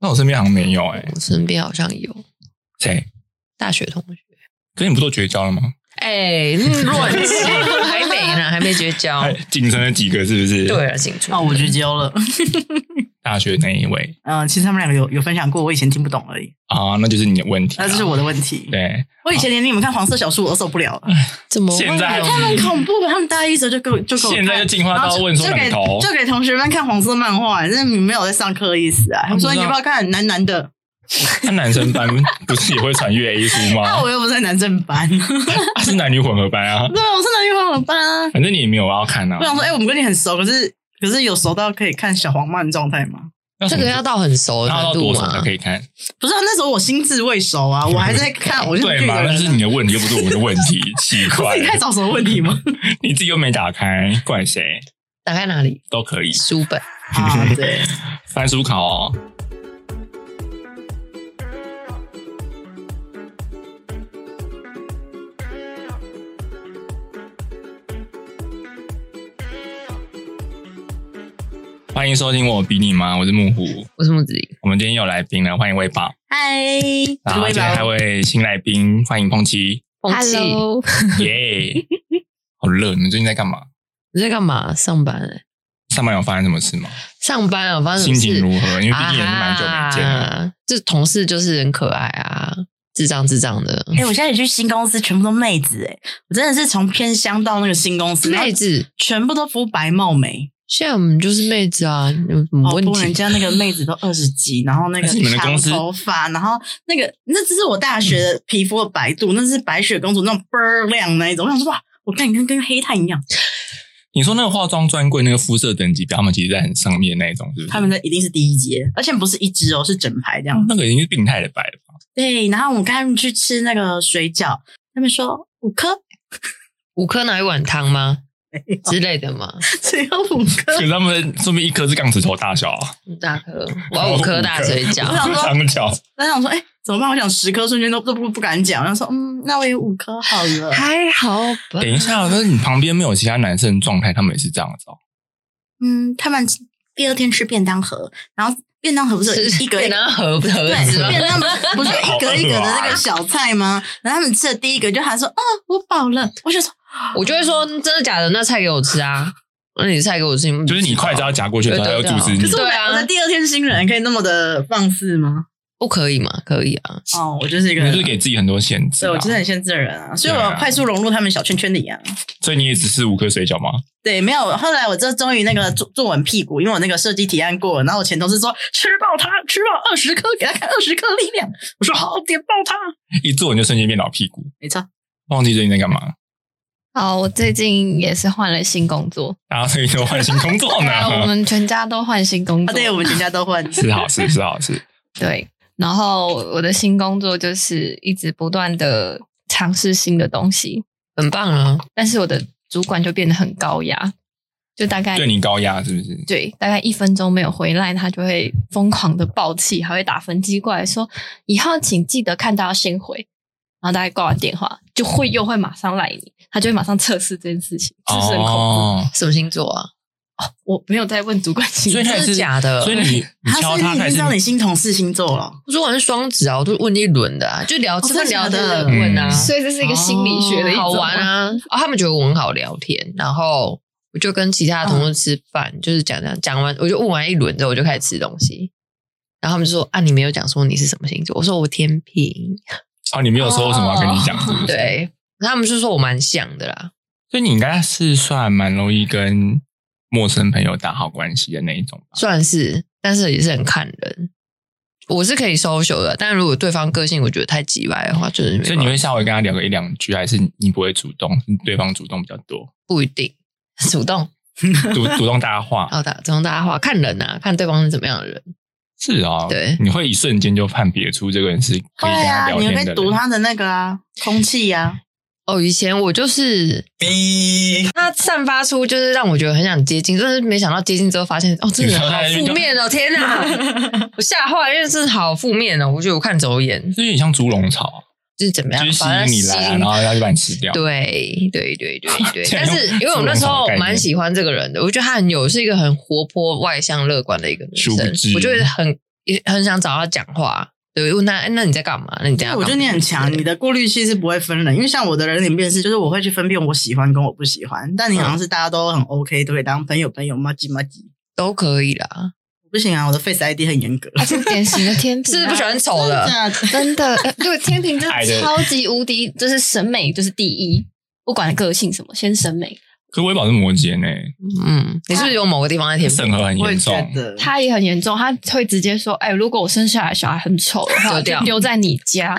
那我身边好像没有哎、我身边好像有谁？大学同学。可是你不都绝交了吗？哎、嗯乱讲， 还没呢，还没绝哦交。哎，仅存了几个是不是？对，啊了，进出哦，我绝交了。大学那一位 嗯、其实他们两个有有分享过，我以前听不懂而已，啊，那就是你的问题、啊。那这是我的问题。对，啊我以前连你们看黄色小说我都受不了，怎么会现在哦他们恐怖，他们大一的时候就给我就给我 看现在就进化到问说就两给头就给同学们看黄色漫画，真的没有在上课的意思啊。他们说你要不要看男男的？那男生班不是也会传阅 A 书那 吗？哦我又不在男正 班，对啊，啊是男女混合班啊，我是男女混合班啊。反正你也没有要看啊我。想说，哎、我们跟你很熟，可是可是有熟到可以看小黄漫状态吗？那这个要到很熟的要程到度多少才嘛可？以看？不是、啊，那时候我心智未熟啊，我还在 看，我就对嘛？那是你的问题，又不是我的问 题，奇怪自己，太早熟的问题 吗？你自己又没打开，怪谁？打开哪里？都可以书本。啊，对。翻书考哦。欢迎收听我比你忙，我是木虎。我是木子怡，我们今天又有来宾了，欢迎威宝，嗨然后威今宝天还有位新来宾，欢迎碰七，空气。 ，Hello，耶！好热，你们最近在干嘛？你在干嘛？上班、欸？上班有发生什么事吗？上班啊，发生什心么情事如何？因为毕竟也是蛮久没见了。啊哈这同事就是很可爱啊，智障智障的哎、我现在也去新公司，全部都妹子哎、我真的是从偏乡到那个新公司，妹然后子。全部都肤白貌美，现在我们就是妹子啊，有什么好问多人题？家那个妹子都二十几，然后那个但是你们的长公司头发，然后那个那这是我大学的皮肤的白度，那是白雪公主那种倍儿亮那一种，我想说哇，我看你跟跟黑炭一样，你说那个化妆专柜那个肤色等级表，他们其实在很上面那一种，是不是？他们那一定是第一阶，而且不是一只哦，是整排这样。那个已经是病态的白了 吧？对，然后我跟他们去吃那个水饺，他们说五颗， 五颗拿一碗汤吗？之类的吗？只有五可颗。是他们说明一颗是杠子头大小啊，大颗，我哦要五颗大水 我饺。想说长 角。然后想说，哎、怎么办？我想十颗，瞬间都都不不敢讲。然后说，嗯，那我有五颗好 了。还好吧等一下，但是你旁边没有其他男生的状态，他们也是这样子哦。嗯，他们第二天吃便当盒，然后便当盒不是是一格一便格。当盒盒子对，吗便？当不是不是一格一格的那个小菜吗？然后他们吃的第一个就喊说：“啊，我饱了。”我就说我就会说真的假的，那菜给我吃啊，那你菜给我吃，不就是你吃吗筷子要夹过去的时候，他对要对阻止你可。是我对的啊我的第二天新人可以那么的放肆吗？不哦可以嘛？可以啊，哦，我就是一你个，就是给自己很多限制、对啊，我就是很限制的人啊，所以我对啊快速融入他们小圈圈里啊。所以你也只是五颗水饺吗？对，没有。后来我这终于那个坐坐稳屁股，因为我那个设计提案过了，然后我前同事说吃爆它，吃爆二十颗，给他看二十颗力量。我说好，点爆它，一坐你就瞬间变老屁股，没错。忘记最近在干嘛，好，我最近也是换了新工作，然后所以就换新工作 对啊，我呢。们全家都换新工啊，作，对我们全家 都换，是好事，是好事。对。然后我的新工作就是一直不断的尝试新的东西，很棒啊，但是我的主管就变得很高压，就大概对你高压是不是？对，大概一分钟没有回来，他就会疯狂的爆气，还会打分机过来说：“以后请记得看到要先回。”然后大概挂完电话，就会又会马上赖你，他就会马上测试这件事情，是不是很恐怖？哦，什么星座啊？我没有在问主管星所以座，他也真是的假的所以你你呃他敲所以他，你已他经也知是道你新同事星座哦了。我说我是双子啊，我都问一轮的啊，就哦聊吃饭真的聊假天的的问啊，嗯所以这是一个心理学哦的一种好玩。 啊。啊，他们觉得我很好聊天，然后我就跟其他的同嗯事吃饭，就是讲讲讲完，我就问完一轮之后，我就开始吃东西。然后他们就说啊，你没有讲说你是什么星座，我说我天平，哦，你没有说为什么要跟你讲，是不是？对，然后他们就说我蛮像的啦，所以你应该是算蛮容易跟陌生朋友打好关系的那一种吧？算是，但是也是很看人。我是可以 social 的，但如果对方个性我觉得太急歪的话，就是没办法所以你会稍微跟他聊个一两句，还是你不会主动，是对方主动比较 多，不一定主动主主动搭话？哦要打主动搭话，看人啊，看对方是怎么样的人。是哦，对你会一瞬间就判别出这个人是可对以跟他啊，聊你天的可以人。读他的那个啊，空气呀、哦，以前我就是，它散发出就是让我觉得很想接近，但是没想到接近之后发现，哦，这个人好负面哦，天 哪，我吓坏了，因为真的好负面哦，我觉得我看走眼，这有点像猪笼草，就是怎么就样，是吸反引正你来、啊，然后要去把你吃掉。对对 对对对，这样但是因为我那时候蛮喜欢这个人的，我觉得他很有是一个很活泼、外向、乐观的一个女殊不生知，我就会很也很想找他讲话，对，问他，哎，那你在干嘛？那你在？我觉得你很强，你的过滤器是不会分人，因为像我的人脸辨识，就是我会去分辨我喜欢跟我不喜欢，但你嗯好像是大家都很 OK，都可以当朋友朋友嘛唧嘛唧。都可以啦，不行啊，我的 Face ID 很 严格。他是典型的天 平、啊是不喜欢丑真的的，假的真的，呃对天平真矮的的超级无敌，就是审美就是第一，不管个性什么，先审美。可是微宝是摩羯呢，嗯，你是不是有某个地方在填审核很我也严觉重。得，他也很严重，他会直接说：“哎、如果我生下来小孩很丑的话，丢我就掉，丢在你家，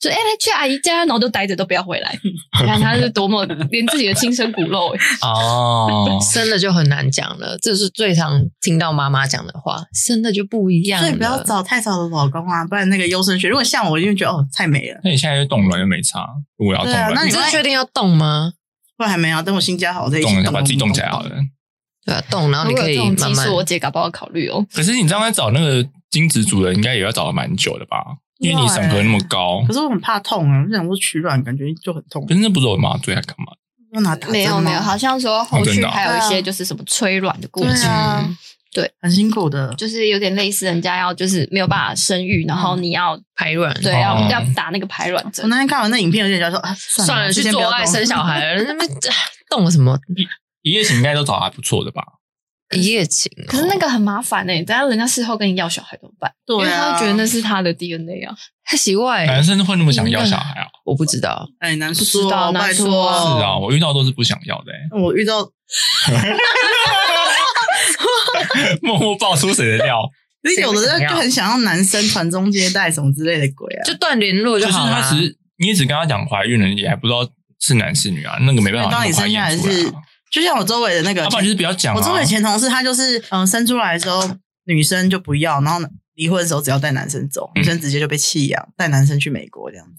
就哎、来去阿姨家，然后就待着都不要回 来。”你看他是多么连自己的亲生骨肉、哎 哦 生了就很难讲了，这是最常听到妈妈讲的话，生了就不一样了。所以不要找太早的老公啊，不然那个优生学，如果像我，就觉得哦太美了，那你现在就冻卵又没差，如果要冻对啊那卵你你，真的确定要动吗？不然还没啊。等我新家好，我再一起冻一下动把自己冻起来动好了。对啊，动，然后如你果可有以这种慢技慢术，我姐搞不好考虑哦。可是你刚才找那个精子组的，应该也要找蛮久的吧？因哎为你审核那么高可，是我很怕痛啊，我想说取卵感觉就很痛可，是那不是有麻醉还干嘛？要拿啊打针吗没有没有，好像说后哦真续的哦还有一对些啊就是什么催卵的故对事，啊，对，很辛苦的，就是有点类似人家要就是没有办法生育，嗯然后你要、排卵。对哦要要打那个排卵针我。那天看完那影片，有点觉得说啊，算算了，去之前不做要爱动生小孩 了，那么动什么一夜情应该都找还不错的吧？一夜情哦？可是那个很麻烦呢、欸，等下人家事后跟你要小孩怎么办？因对为啊，他会觉得那是他的 DNA 啊。太奇怪，欸男生会那么想要小孩啊？我不知道。哎难不知道说，难拜托，说是嗯啊，我遇到都是不想要的 欸，我遇到默默爆出谁的料？可是有的谁会想人要就很想要男生传宗接代什么之类的鬼啊，就断联络就是就好了他啊。只是你只跟他讲怀孕了，你还不知道是男是女啊，那个没办法所以当那你么快生下来验出来是啊。就像我周围的那个要不然就是不要讲啊。我周围前同事，他就是嗯、呃生出来的时候女生就不要，然后离婚的时候只要带男生走，嗯女生直接就被弃养，带男生去美国这样子，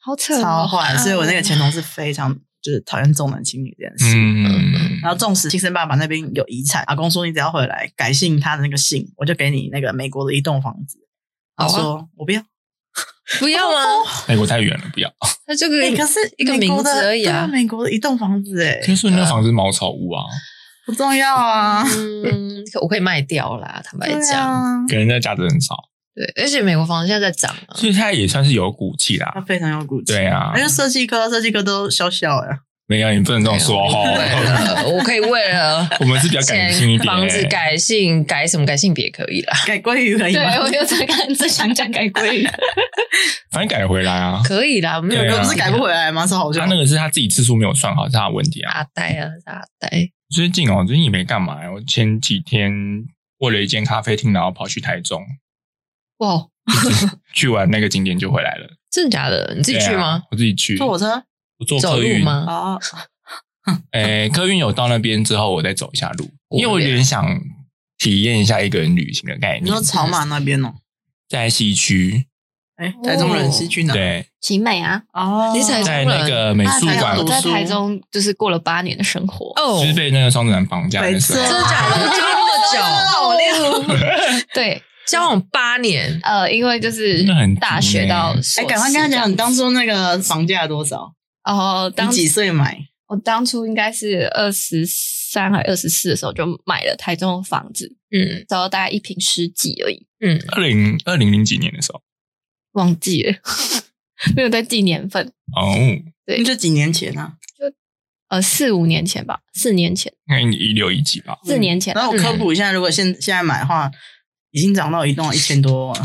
好扯嗯哦超坏。所以我那个前同事非常就是讨厌重男轻女这件事。 嗯，然后，纵使亲生爸爸那边有遗产，阿公说你只要回来改姓他的那个姓，我就给你那个美国的一栋房子。他好啊说、我不要，不要吗？美国哎太远了，不要。他这个哦哎、可是一个美国的名字而已啊对美国的一栋房子、欸，可哎，是那个房子是茅草屋啊，不重要啊。嗯，可我可以卖掉啦。坦白对讲，啊，给人家价值很少，对，而且美国房现在在涨啊，所以他也算是有骨气他啦。非常有骨气。对啊因，为设计科，设计科都小小呀、没有你不能这么说哎哦。呃我可以为了 我们是比较感性一点，哎欸房子改姓改什么改性别可以啦，改鲑鱼可以对吗？，我就在看正想讲改规 矩，反正改回来啊。 可以啦，没有对人啊不是改不回来吗？是好他像那个是他自己次数没有算好，是他的问题啊。阿呆啊，阿呆，最近哦，最近也没干嘛。我前几天为了一间咖啡厅，然后跑去台中，哇，去完那个景点就回来了。真的假的？你自己去对啊吗？？我自己去，坐火车我坐走客路运？吗？啊，哎诶、客运有到那边之后，我再走一下路，因为我有点想体验一下一个人旅行的概你念说。草马那边哦？在西区，哎，台中人西区哪？对，奇美啊，哦，你在在那个美术啊台馆我中，在台中就是过了八年的生活，哦，就是真的被那个双子男绑架的时候北，车假的？交往 那么久，好亮， 对，交往八年，呃，因为就是那很大学到硕士哎，赶快跟他讲，你当初那个房价多少？哦，你当几岁买？我当初应该是二十三还二十四的时候就买了台中的房子，嗯然后大概一平十几而已，嗯，二零二零零几年的时候。忘记了， 没有在记年份，哦，那就几年前啊。呃，四五年前吧，四年前，那你一六一几吧？四嗯年前然后我科普一下，如果现现在买的话，已经涨到一栋一千多了。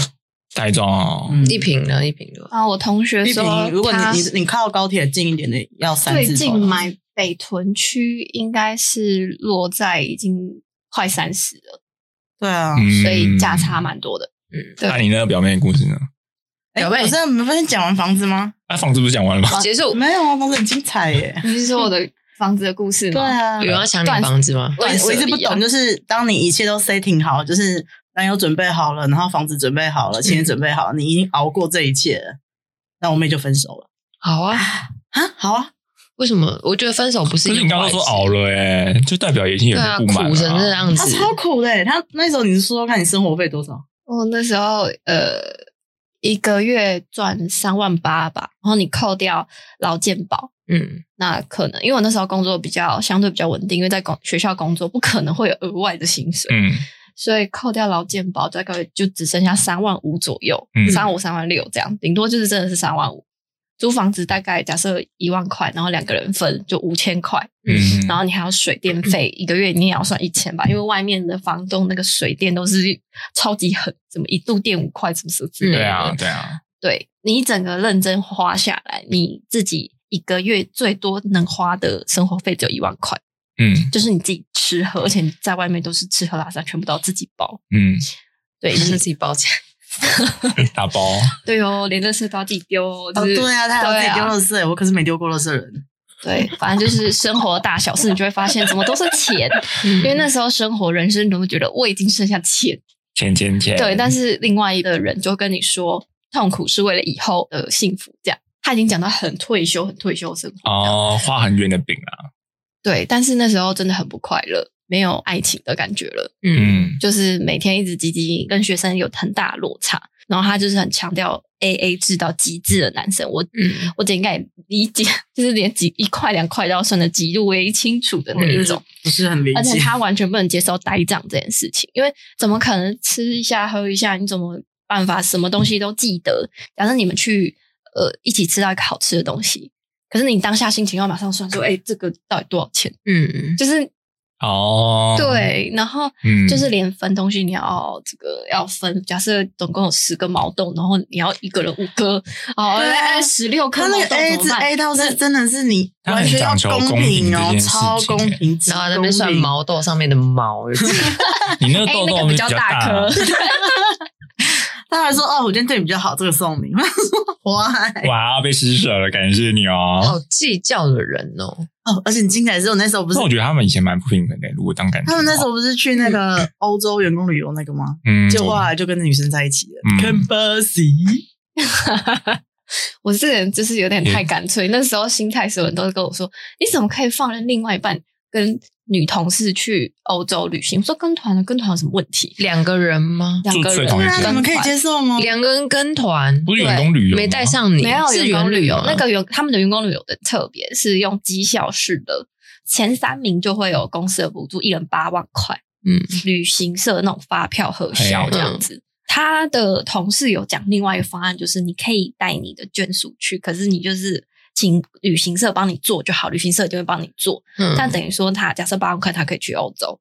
台中哦，嗯一瓶呢，一瓶多少啊，我同学一说平，如果他你你你靠高铁近一点的，要三最字近头。买北屯区应该是落在已经快三十了，对啊，嗯所以价差。蛮多的。嗯，那、你那个表妹的故事呢？哎，表我妹现在没发现讲完房子吗？啊，房子不是讲完了吗？结束。没有啊，房子很精彩耶。你是说我 的房子的故事吗？对，啊，有人要抢你房子吗？我断舍我一直离不啊懂，就是当你一切都 setting 好，就是男友准备好了，然后房子准备好了，钱也准备好，你已经熬过这一切了，那我妹就分手了好啊，啊！好啊，为什么？我觉得分手不是可一是件你刚刚坏说事熬了哎、就代表已经有对点啊，不满苦成这了、样她子，超苦的欸，她那时候你是说看你生活费多少？我哦那时候呃一个月赚三万八吧，然后你扣掉劳健保。嗯，那可能因为我那时候工作比较相对比较稳定，因为在工学校工作不可能会有额外的薪水，嗯，所以扣掉劳健保大概就只剩下三万五左右嗯，三五三万六这样，顶多就是真的是三万五。租房子大概假设一万块，然后两个人分就五千块，嗯然后你还要水电费，一个月你也要算一千吧，因为外面的房东那个水电都是超级狠，怎么一度电五块，什么什么之类的。对啊，对啊，对你整个认真花下来，你自己一个月最多能花的生活费只有一万块，嗯就是你自己吃喝，而且你在外面都是吃喝拉撒全部都要自己包。 嗯，对，你 自己包起来。打包，对哦，连垃圾都要自己丢哦，哦，就是、对啊，嗯他还要自己丢对啊垃圾，我可是没丢过垃圾人。对，反正就是生活大小事，你就会发现怎么都是钱，因嗯为那时候生活人生，你会觉得我已经剩下钱钱钱钱，对，但是是另外一个人就跟你说，痛苦是为了以后的幸福，这样。他已经讲到很退休、很退休的生活，哦、哦，画很远的饼啊，对，但是那时候真的很不快乐，没有爱情的感觉了，嗯就是每天一直积极，跟学生有很大的落差。然后他就是很强调 A A 制到极致的男生，我、嗯我应该也理解， 就是连几一块两块都要算的极度为清楚的那一种。不是嗯很理而且解。他完全不能接受呆账这件事情，因为怎么可能吃一下喝一下？你怎么办法什么东西都记得？假设你们去呃一起吃到一个好吃的东西，可是你当下心情要马上算说，哎、这个到底多少钱？嗯，就是哦，，对，然后嗯就是连分东西你要这个要分，假设总共有十个毛豆，然后你要一个人五颗，哦，对啊哎十六颗他毛那豆个 A 怎字么办？ A 到是真的是你他很完全要讲究公平平这哦件，事超情公欸平，极然后在那边算公平毛豆上面的毛，你那个哎痘 那痘个比较较大啊颗， 他还说：“哦，我今天对你比较好，这个送你。”我 想说：“哇哇，被施舍了，感谢你哦。好计较的人哦。哦！”而且你进来之后，那时候不是那我觉得他们以前蛮不平衡的，如果当感情的 他话，们那时候不是去那个 欧洲员工旅游那个吗？嗯，就后来就跟那女生在一起了嗯 c o m p a s y 我这个人就是有点太干脆，那时候心态所有人都跟我说：“你怎么可以放任另外一半跟女同事去欧洲旅行？”我说：“跟团的跟团有什么问题？两个人吗？两个最人讨厌这对啊，种你跟们可以团接受吗？两个人跟团，不是员工旅游吗没带上你，没有是哦员员工旅游吗，那个员他们的员工旅游的特别是用绩效式的，前三名就会有公司的补助，一人八万块，嗯，旅行社那种发票核哎销这样子。他的同事有讲另外一个方案，就是你可以带你的眷属去，可是你就是请旅行社帮你做就好，旅行社就会帮你做。嗯但等于说他假设八万块，他可以去欧洲，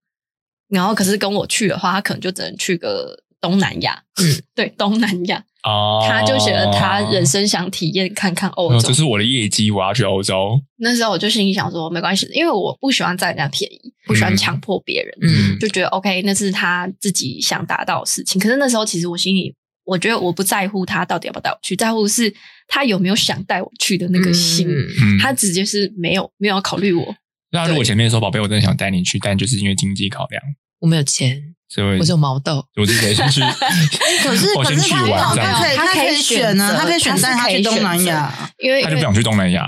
然后可是跟我去的话，他可能就只能去个东南亚。嗯， 对，东南亚，哦，他就觉得他人生想体验看看欧哦，洲这。是我的业绩，我要去欧洲。那时候我就心里想说，没关系，因为我不喜欢占人家便宜，不喜欢强迫别人，嗯就觉得 OK，那是他自己想达到的事情。可是那时候其实我心里，我觉得我不在乎他到底要不要带我去，在乎是他有没有想带我去的那个心。嗯嗯，他直接是没有没有要考虑我，那如果对前面说宝贝，我真的想带你去，但就是因为经济考量，我没有钱，所以我只有毛豆。我就得先去。哎可是我可先是去他没有，玩这他样，可以他可以可以选呢，选择他可以选带他去东南亚。因为他就不想去东南亚。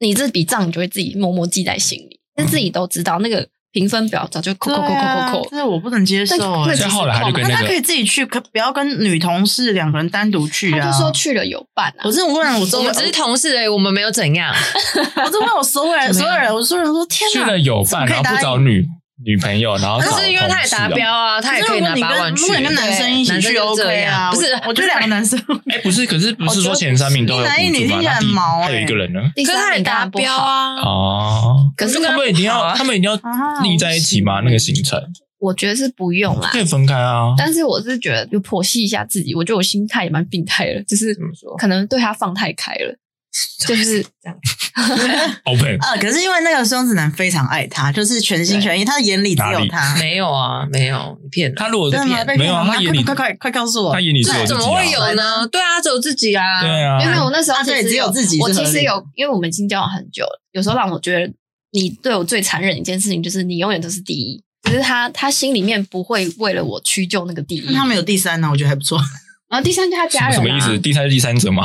你这笔账你就会自己默默记在心里，但自己都知道那个评分表早就扣扣扣扣扣啊这嗯我不能接受扣，欸。所以后来他就跟那那他可个以自己去，可不要跟女同事两个人单独去他啊。就说去了有伴啊我，真的问我我周围，们只是同事而已，我们没有怎样。我真的问我所有人，所有人，我所有人说天去哪，了有伴，怎然么可后以不答找应女女朋友，然后可找是因为他也达同事哦标。啊，他也可以拿八万去。如果你跟男生一起男生去就这 OK 啊，样不是我觉得两个男生，哎，不是，可是不是说前三名都有一男一补女助吗？听起来那很第毛还有欸一个人呢。第可是三他也名当达然不标好。啊，哦，可是他们一定要，他们一定要啊腻在一起吗？那个行程我觉得是不用啦可，以分开啊。嗯但是我是觉得就剖析一下自己，我觉得我心态也蛮病态的，就是嗯么说可能对他放太开 了，就是这样。 ？Open 啊，可是因为那个双子男非常爱他，就是全心全意，他的眼里只哪有里他。没有啊，没有，你骗人。他如果真的吗？被没有啊，骗了吗他眼里快快快快告诉我他！眼里是有那自怎么己啊会有呢？对啊，只有自己啊。对啊，没有没有，我那时候啊其对实只有自己我是合其理实的有，因为我们已经交往很久了，有时候让我觉得你对我最残忍的一件事情就是你永远都是第一，只是他他心里面不会为了我屈嗯就那个第一。他们有第三呢，我觉得还不错。 然后第三就是他家人、什啊，么意思？第三是第三者吗？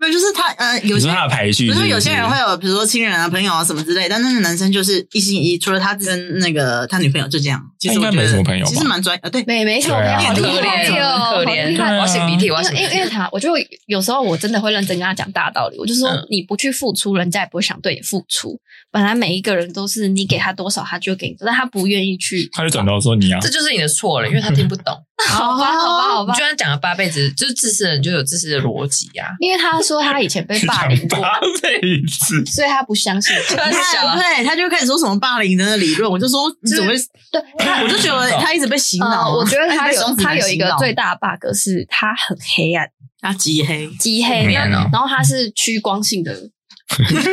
没有，就是他呃，有你些说他的排序是比不如是，说有些人会有，比如说亲人啊、朋友啊什么之类，但那个男生就是一心一意，除了他跟那个他女朋友就这样。其实我他应觉该得没什么朋友吧其实蛮专呃，对，没没什么对啊朋友，好可厉怜害哦，哦，可怜，对啊我要擤鼻涕，我要擤因为因为因为鼻涕。他，我就会有时候我真的会认真跟他讲大道理，我就说嗯你不去付出，人家也不会想对你付出。本来每一个人都是你给他多少，他就给你多少，但他不愿意去。他就转头说你啊这，就是你的错了，因为他听不懂。好吧，哎好哦吧，好你吧就。算讲了八辈子，就是自私的人就有自私的逻辑啊呀。因为他说他以前被霸凌 过，八辈子，所以他不相信。 他你 看，对，他就开始说什么霸凌的理论，我就说你怎么会？对，他 我就觉得他一直被洗脑。啊呃我觉得他一直被有双子他男有一洗个脑最大的 bug 是他很黑暗，他极黑，极黑，嗯然后然后他是趋光性的人， 就是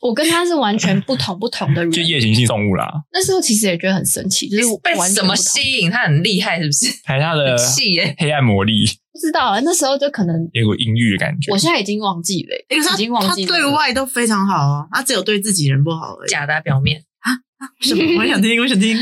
我跟他是完全不同不同的人。就夜行性动物啦。那时候其实也觉得很神奇，就是被完全什么不同吸引？他很厉害是不是？还有他的很 气耶！黑暗魔力，不知道啊，那时候就可能有股阴郁的感觉。我现在已经忘记了、欸因为他已经忘他记了对外都非常好啊，他只有对自己人不好而已。假的啊表面，什 么？我想听，我想听，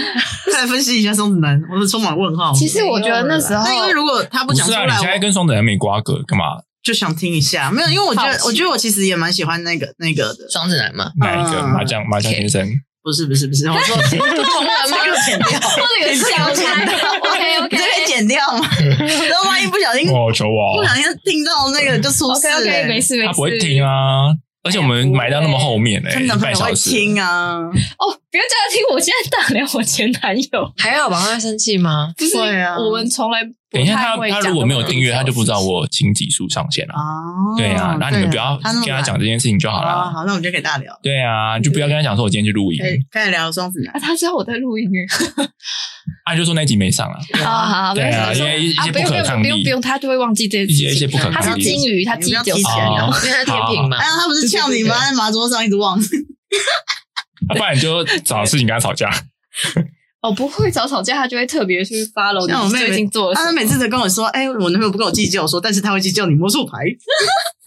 快来分析一下双子男，我是充满问哦号。其实我觉得那时候那因为如果他不不讲出是啊，你来，现在我跟双子男没瓜葛，干嘛？就想听一下。没有，因为我觉好得，奇我觉得我其实也蛮喜欢那个那个的。双子男嘛，哪一个嗯麻将麻将先生？不是不是不是，我 说同人吗？这 个剪掉，这个笑 开 OK 这可 OK，以剪掉 吗？然后万一不小心哦，求我哎不小心听到那个就出事 OK 了。 OK，没事没事，他不会听啊。而且我们埋到那么后面呢、真的哎一朋半友小会时。听啊，哦，不要叫他听，我现在大聊我前男友，还好吧？他会生气吗？不是对啊我们从来不等一下太他会他讲如果没有订阅，那么他就不知道多我新集数上线了、哦，对啊，那你们不要那么跟他懒讲这件事情就好嗯哦了。好，那我们就可以大聊，对啊，你就不要跟他讲说我今天去录音可，以开始聊双子男啊，。他知道我在录音耶。他就说那集没上啊，好好，对啊，因为一啊，些不不用不可用抗不力用，不用，他就会忘记这一些件一事些情。不可他抗是力。金鱼，他你鸡不要九提前哦哦。因为他天平嘛哎，，他不是呛你吗？在麻桌上一直忘，啊不然你就找事情跟他吵 架。哦，不会找吵架，他就会特别去 follow 像我你妹妹最近做了啊什他么。每次都跟我说：“哎，我男朋友不跟我计较。”我说：“但是他会计较你魔术牌。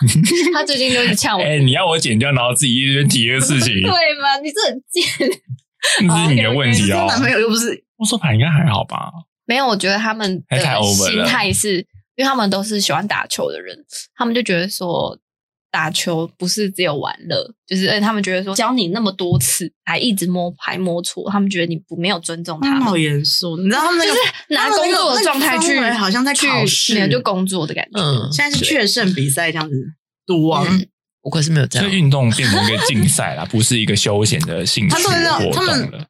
嗯他最近就是呛我，哎，你要我剪掉，然后自己一边提这个事 情，对吗？你这很贱。那是你的问题”她哦。男朋友又不是我说牌应该还好吧？没有，我觉得他们还太的 over 心了态是，因为他们都是喜欢打球的人，他们就觉得说打球不是只有玩乐，就是而且他们觉得说教你那么多次，还一直摸牌摸错，他们觉得你不没有尊重他他们好们，严肃，你知道他们那个拿嗯他们工那个作的状态那个去氛围好像在去考试没有就工作的感觉。嗯，现在是确胜比赛这样子，赌王。嗯我可是没有这所以样。运动变成一个竞赛啦，不是一个休闲的兴趣他们那活他们动了。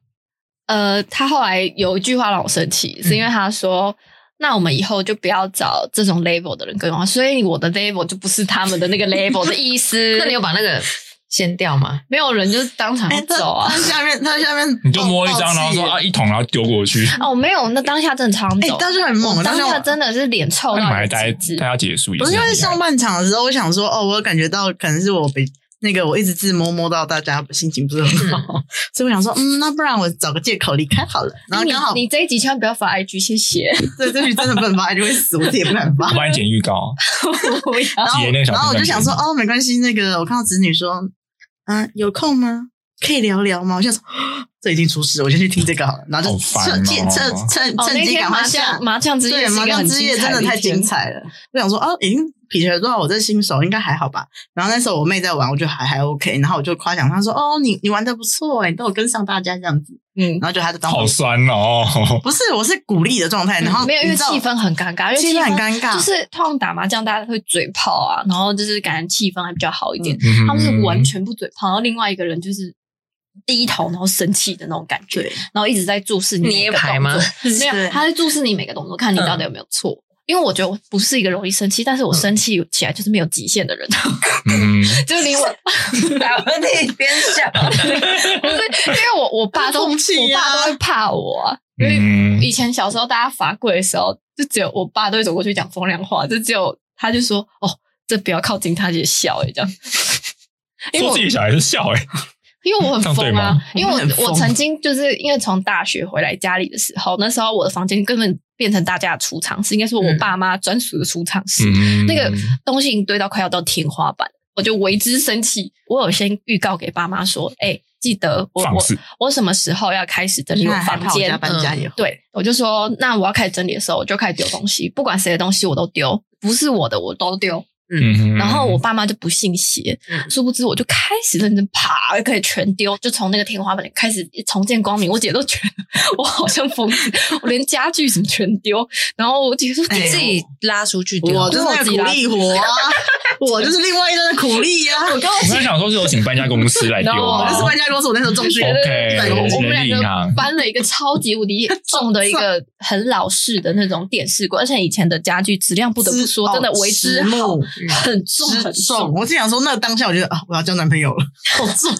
呃，他后来有一句话让我生气，是因为嗯他说。那我们以后就不要找这种 level 的人跟我，所以我的 level 就不是他们的那个 level 的 意思。那你有把那个掀掉 吗？没有人就是当场哎，他走啊他？下面他下面你就摸一张，爆然后说爆气啊一桶，然后丢过去。 哦，没有，那当下真的超哎走，，当时很猛，当时下我真的是脸臭那 你到们还待极致待。要结束也不是是因很为厉害上半场的时候，我想说，哦，我有感觉到可能是我被那个我一直自摸摸到大家心情不是很好，所以我想说，嗯，那不然我找个借口离开好了。然后你刚好你这一集千万不要发 IG，谢谢。对这局真的不能发，就会死，我自己也不敢发 我。帮你剪预 告，不要然后姐那个小然后我就朋友想说，哦，没关系，那个我看到子女说，嗯、有空吗？可以聊聊吗？我就想说，啊这已经出事，我先去听这个好了。然后就好烦趁哦趁趁趁哦，趁那机天赶麻快下将。麻将之夜对，是麻一个将很之夜精彩真的一太天精。彩了。我想说，哦，已经撇除多少我这新手应该还好吧。然后那时候我妹在玩，我就还还 OK。然后我就夸奖她说，哦，你你玩的不错哎，你都有跟上大家这样子。嗯，然后就她就当好酸哦。不是，我是鼓励的状态。然后嗯没有，因为你知道气氛很尴尬，因为气氛很尴尬，就是通常打麻将大家会嘴炮啊，然后就是感觉气氛还比较好一点。嗯他们是完全不嘴炮，然后另外一个人就是低头然后生气的那种感觉。对。然后一直在注视你每捏个牌吗动作没对有，他在注视你每个动作，看你到底有没有错。因为我觉得我不是一个容易生气，但是我生气起来就是没有极限的人， 嗯，就是连我，打喷嚏边 笑，不是因为我我爸都、痛气我啊爸都会怕我、啊，因为嗯，以前小时候大家罚跪的时候，就只有我爸都会走过去讲风凉话，就只有他就说哦，这不要靠近他，就笑哎、欸、这样，因为说我自己小孩是笑哎，因为我很这样对疯啊吗，因为你很我疯我曾经就是因为从大学回来家里的时候，那时候我的房间根本变成大家的储藏室，应该是我嗯爸妈专属的储藏室，嗯 那个东西已经堆到快要到天花板，我就为之生气。我有先预告给爸妈说，哎、记得我放我肆，我什么时候要开始整理现我在还房怕我间嗯家？搬家也会对，我就说，那我要开始整理的时候，我就开始丢东西，不管谁的东西我都丢，不是我的我都丢。嗯哼，然后我爸妈就不信邪，嗯殊不知我就开始认真爬，可以全丢，就从那个天花板开始重见光明。我姐都觉得我好像疯子，我连家具什么全丢。然后我姐说：“哎你你自自己己拉出去丢，我就是那个苦力活啊， 我就是另外一端的苦力呀、啊。我跟我我刚才想说是有请搬家公司来丢 No，吗就是搬家公司，我那时候重训觉得？OK，对我我们人力银两行个搬了一个超级无 敌重的一个很老式的那种电视柜，而且以前的家具质量不得不说真的哦为之哦好，木很重很之嗯重。。我就想说，那当下我觉得啊，我要交男朋友了，好重。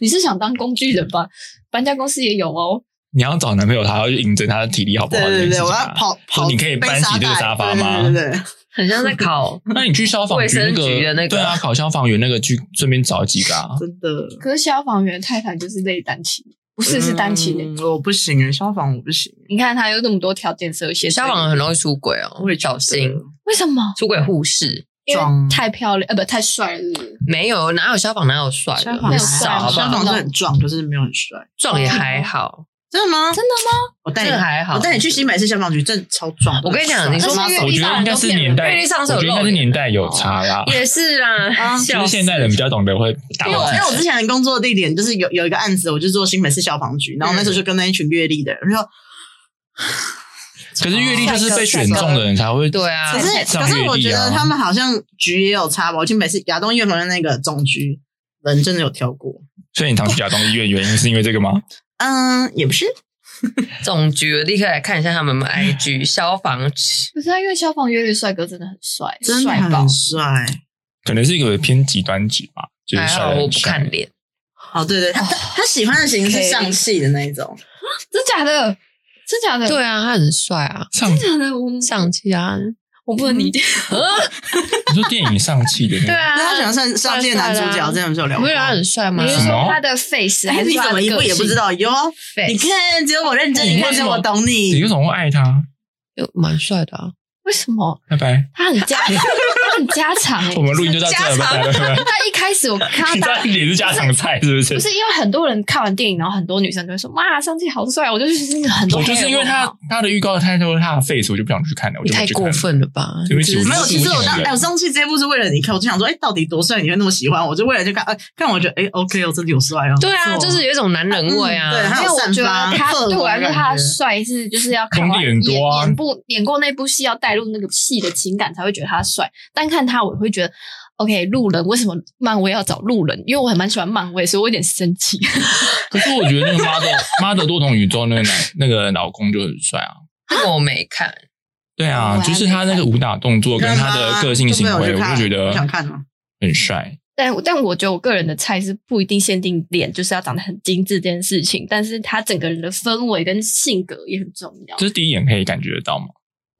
你是想当工具人吧？搬家公司也有哦，你要找男朋友，他要去印证他的体力好不对好？啊对对，我要。跑跑，你可以搬起这个沙发吗对对对对，很像在烤。那你去消防局那卫生局的个，那个对啊，考消防员那个去顺便找几个啊。真的可是消防员太太就是类单亲，不是是单亲的。嗯我不行欸，消防我不行欸，你看他有那么多条件设限，消防很容易出轨哦，会小心为什么？出轨护士。因为装太漂亮，呃，不太帅了是不是。没有，哪有消防哪有帅的，消防没很有帅少消好不好防？是很壮，就是没有很帅。壮也还好，真的吗？真的吗？我带这你，还好。我带你去新北市消防局，真的超壮。我跟你讲你说妈那手阅我历觉上得应该是都骗人年代，阅历上我是有哦觉得应该漏是点年代有差啦。 也是啦， 啊就笑是死现代人比较懂得会打因为扮自我 因己为我之前工作的地点就是有有一个案子，我就做新北市消防局，然后那嗯时候就跟那一群阅历的人说，可是阅历就是被选中的人才会对啊可是上可是我阅觉历啊得他们好像局也有差吧，我去每次亚东医院旁边那个总局人真的有挑过，所以你常去亚东医院，原因是因为这个吗？ 嗯，也不是，总局，我立刻来看一下他们有没有 IG 消防局。不是啊，因为消防员的帅哥真的很帅，真的帅爆很。帅。可能是一个偏极端级吧，就是还帅好得我很不帅看脸，哦，对对，他他他喜欢的型是上戏的那一种，真假的？真假的？，对啊，他很帅啊，上，真假的？我上气啊，我不能理解。你说电影上气的那对个，啊，对他喜欢上上戏的男主角，之前不是有嗯聊你不过觉？得他啊很帅吗你？是什说么他的 face 哎，还是你说怎他么的一个步也不性知？道？哟，你 face 看，只有我认真，你哎你为看，只什有么我懂你你为。什么会爱他？有蛮帅的啊，为什么拜拜，他很 家他很家常欸 我们录音就到这了，拜拜拜拜。 他一开始我看你到这他。脸是家常菜是不是不？是因为很多人看完电影，然后很多女生就会说：“哇，上季好帅！”我就是很多我黑就是人问号，因为他他的预告太多，他的 face 我就不想去看了，我你就没太去看过了。分了吧？对不起你只是没有，我是其实我无当情人哎，我上次这部是为了你看，我就想说，哎，到底多帅你会那么喜欢？我就为了去看，哎，看我觉得，哎，OK 哦，真的有帅哦。对啊，不错就是有一种男人味啊。嗯对他因有为我散觉发得他荷尔蒙对我来说，他感的觉帅是就是要看功完力演很多啊演部演过那部戏，要带入那个戏的情感才会觉得他帅。单看他，我会觉得 OK，路人为什么漫威要找路人？因为我还蛮喜欢漫威，所以我有点生气。可是我觉得那个 model model 多重宇宙那个男那个老公就很帅啊。这个我没看，对我还啊，没就是他那个武打动作跟他的个性行为，我就觉得啊我想看哦。很帅。但但我觉得我个人的菜是不一定限定脸，就是要长得很精致这件事情，但是他整个人的氛围跟性格也很重要。这是第一眼可以感觉得到吗？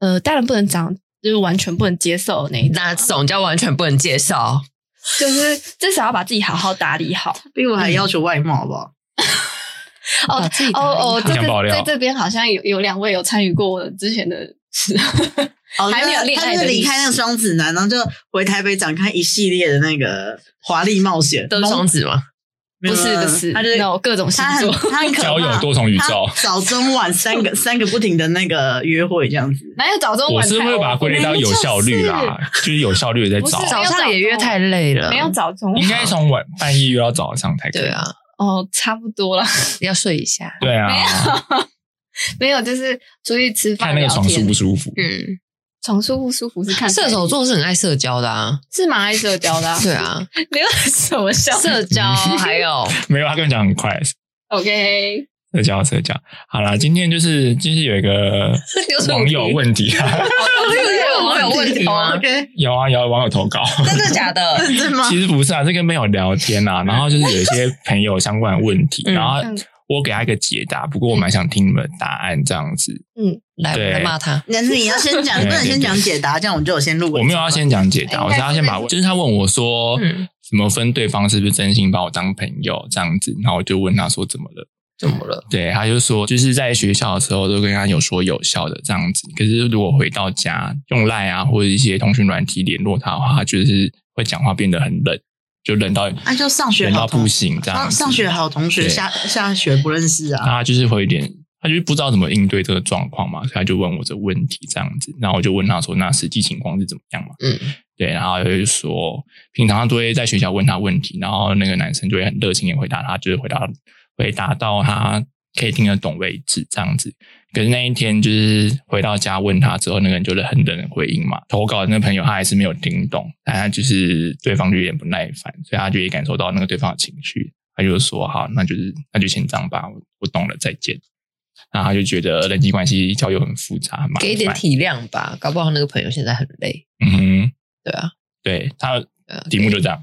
呃，当然不能长就是完全不能接受的那一种，那这种叫完全不能介绍。就是至少要把自己好好打理好。比我还嗯要求外貌，好不好？哦把啊自己打理哦哦，好这想爆个料在这边好像有有两位有参与过我之前的事，哦还没有恋他爱就是的离历史开那个双子男，然后就回台北展开一系列的那个华丽冒险。都是双子吗？没不有啊是不是，他就是有各种星他很座。他很可怕交友多重宇宙他早中晚三个三个不停的那个约会这样子。哪有早中我晚是餐？会把它归类到哦有效率啦，就是有效率的在找不，是早上也约太累了，没有早中晚应该从晚半夜约到早上才可以。对啊，哦，差不多了。要睡一下。对啊，没有，就是出去吃看饭那聊个天，床舒不舒服。嗯，床舒不舒服是看射手座是很爱社交的啊，是蛮爱社交 的、啊， 对啊，没有什么笑。社交 还有没有，他跟你讲很快， OK，社交社交。好啦，今天就是就是有一个网友 问题啊，有网友问题 吗？ ？OK，有啊有啊网友投稿，真的假的？认真吗？其实不是啊，是跟朋友聊天啊，然后就是有一 些朋友相关的问题，嗯然后我给他一个解答，不过我蛮想听你们的答案这样子。 来，我对们来骂他。那你要先讲，你不能先讲解答，这样我们就有先录。我没有要先讲解答，应哎我该是是要先把，就是他问我说，嗯怎么分对方是不是真心把我当朋友这样子，然后我就问他说怎么了。怎么了？对，他就说，就是在学校的时候都跟他有说有笑的这样子。可是如果回到家用赖啊或者一些通讯软体联络他的话，他就是会讲话变得很冷，就冷到啊就上学冷到好同不行这样上子。上学好同学，对下下学不认识那啊。他就是会有点，他就是不知道怎么应对这个状况嘛，所以他就问我这个问题这样子。然后我就问他说，那实际情况是怎么样嘛？嗯，对，然后就是说，平常都会在学校问他问题，然后那个男生就会很热情的回答他，就是回答回答到他可以听得懂为止，这样子。可是那一天就是回到家问他之后，那个人就是很冷的回应嘛。投稿的那个朋友他还是没有听懂，但他就是对方就有点不耐烦，所以他就也感受到那个对方的情绪，他就说：“好，那就是那就先这样吧，我我懂了，再见。”然后他就觉得人际关系交友很复杂，很麻烦给一点体谅吧，搞不好那个朋友现在很累，嗯哼，对啊，对他对啊题目就这样，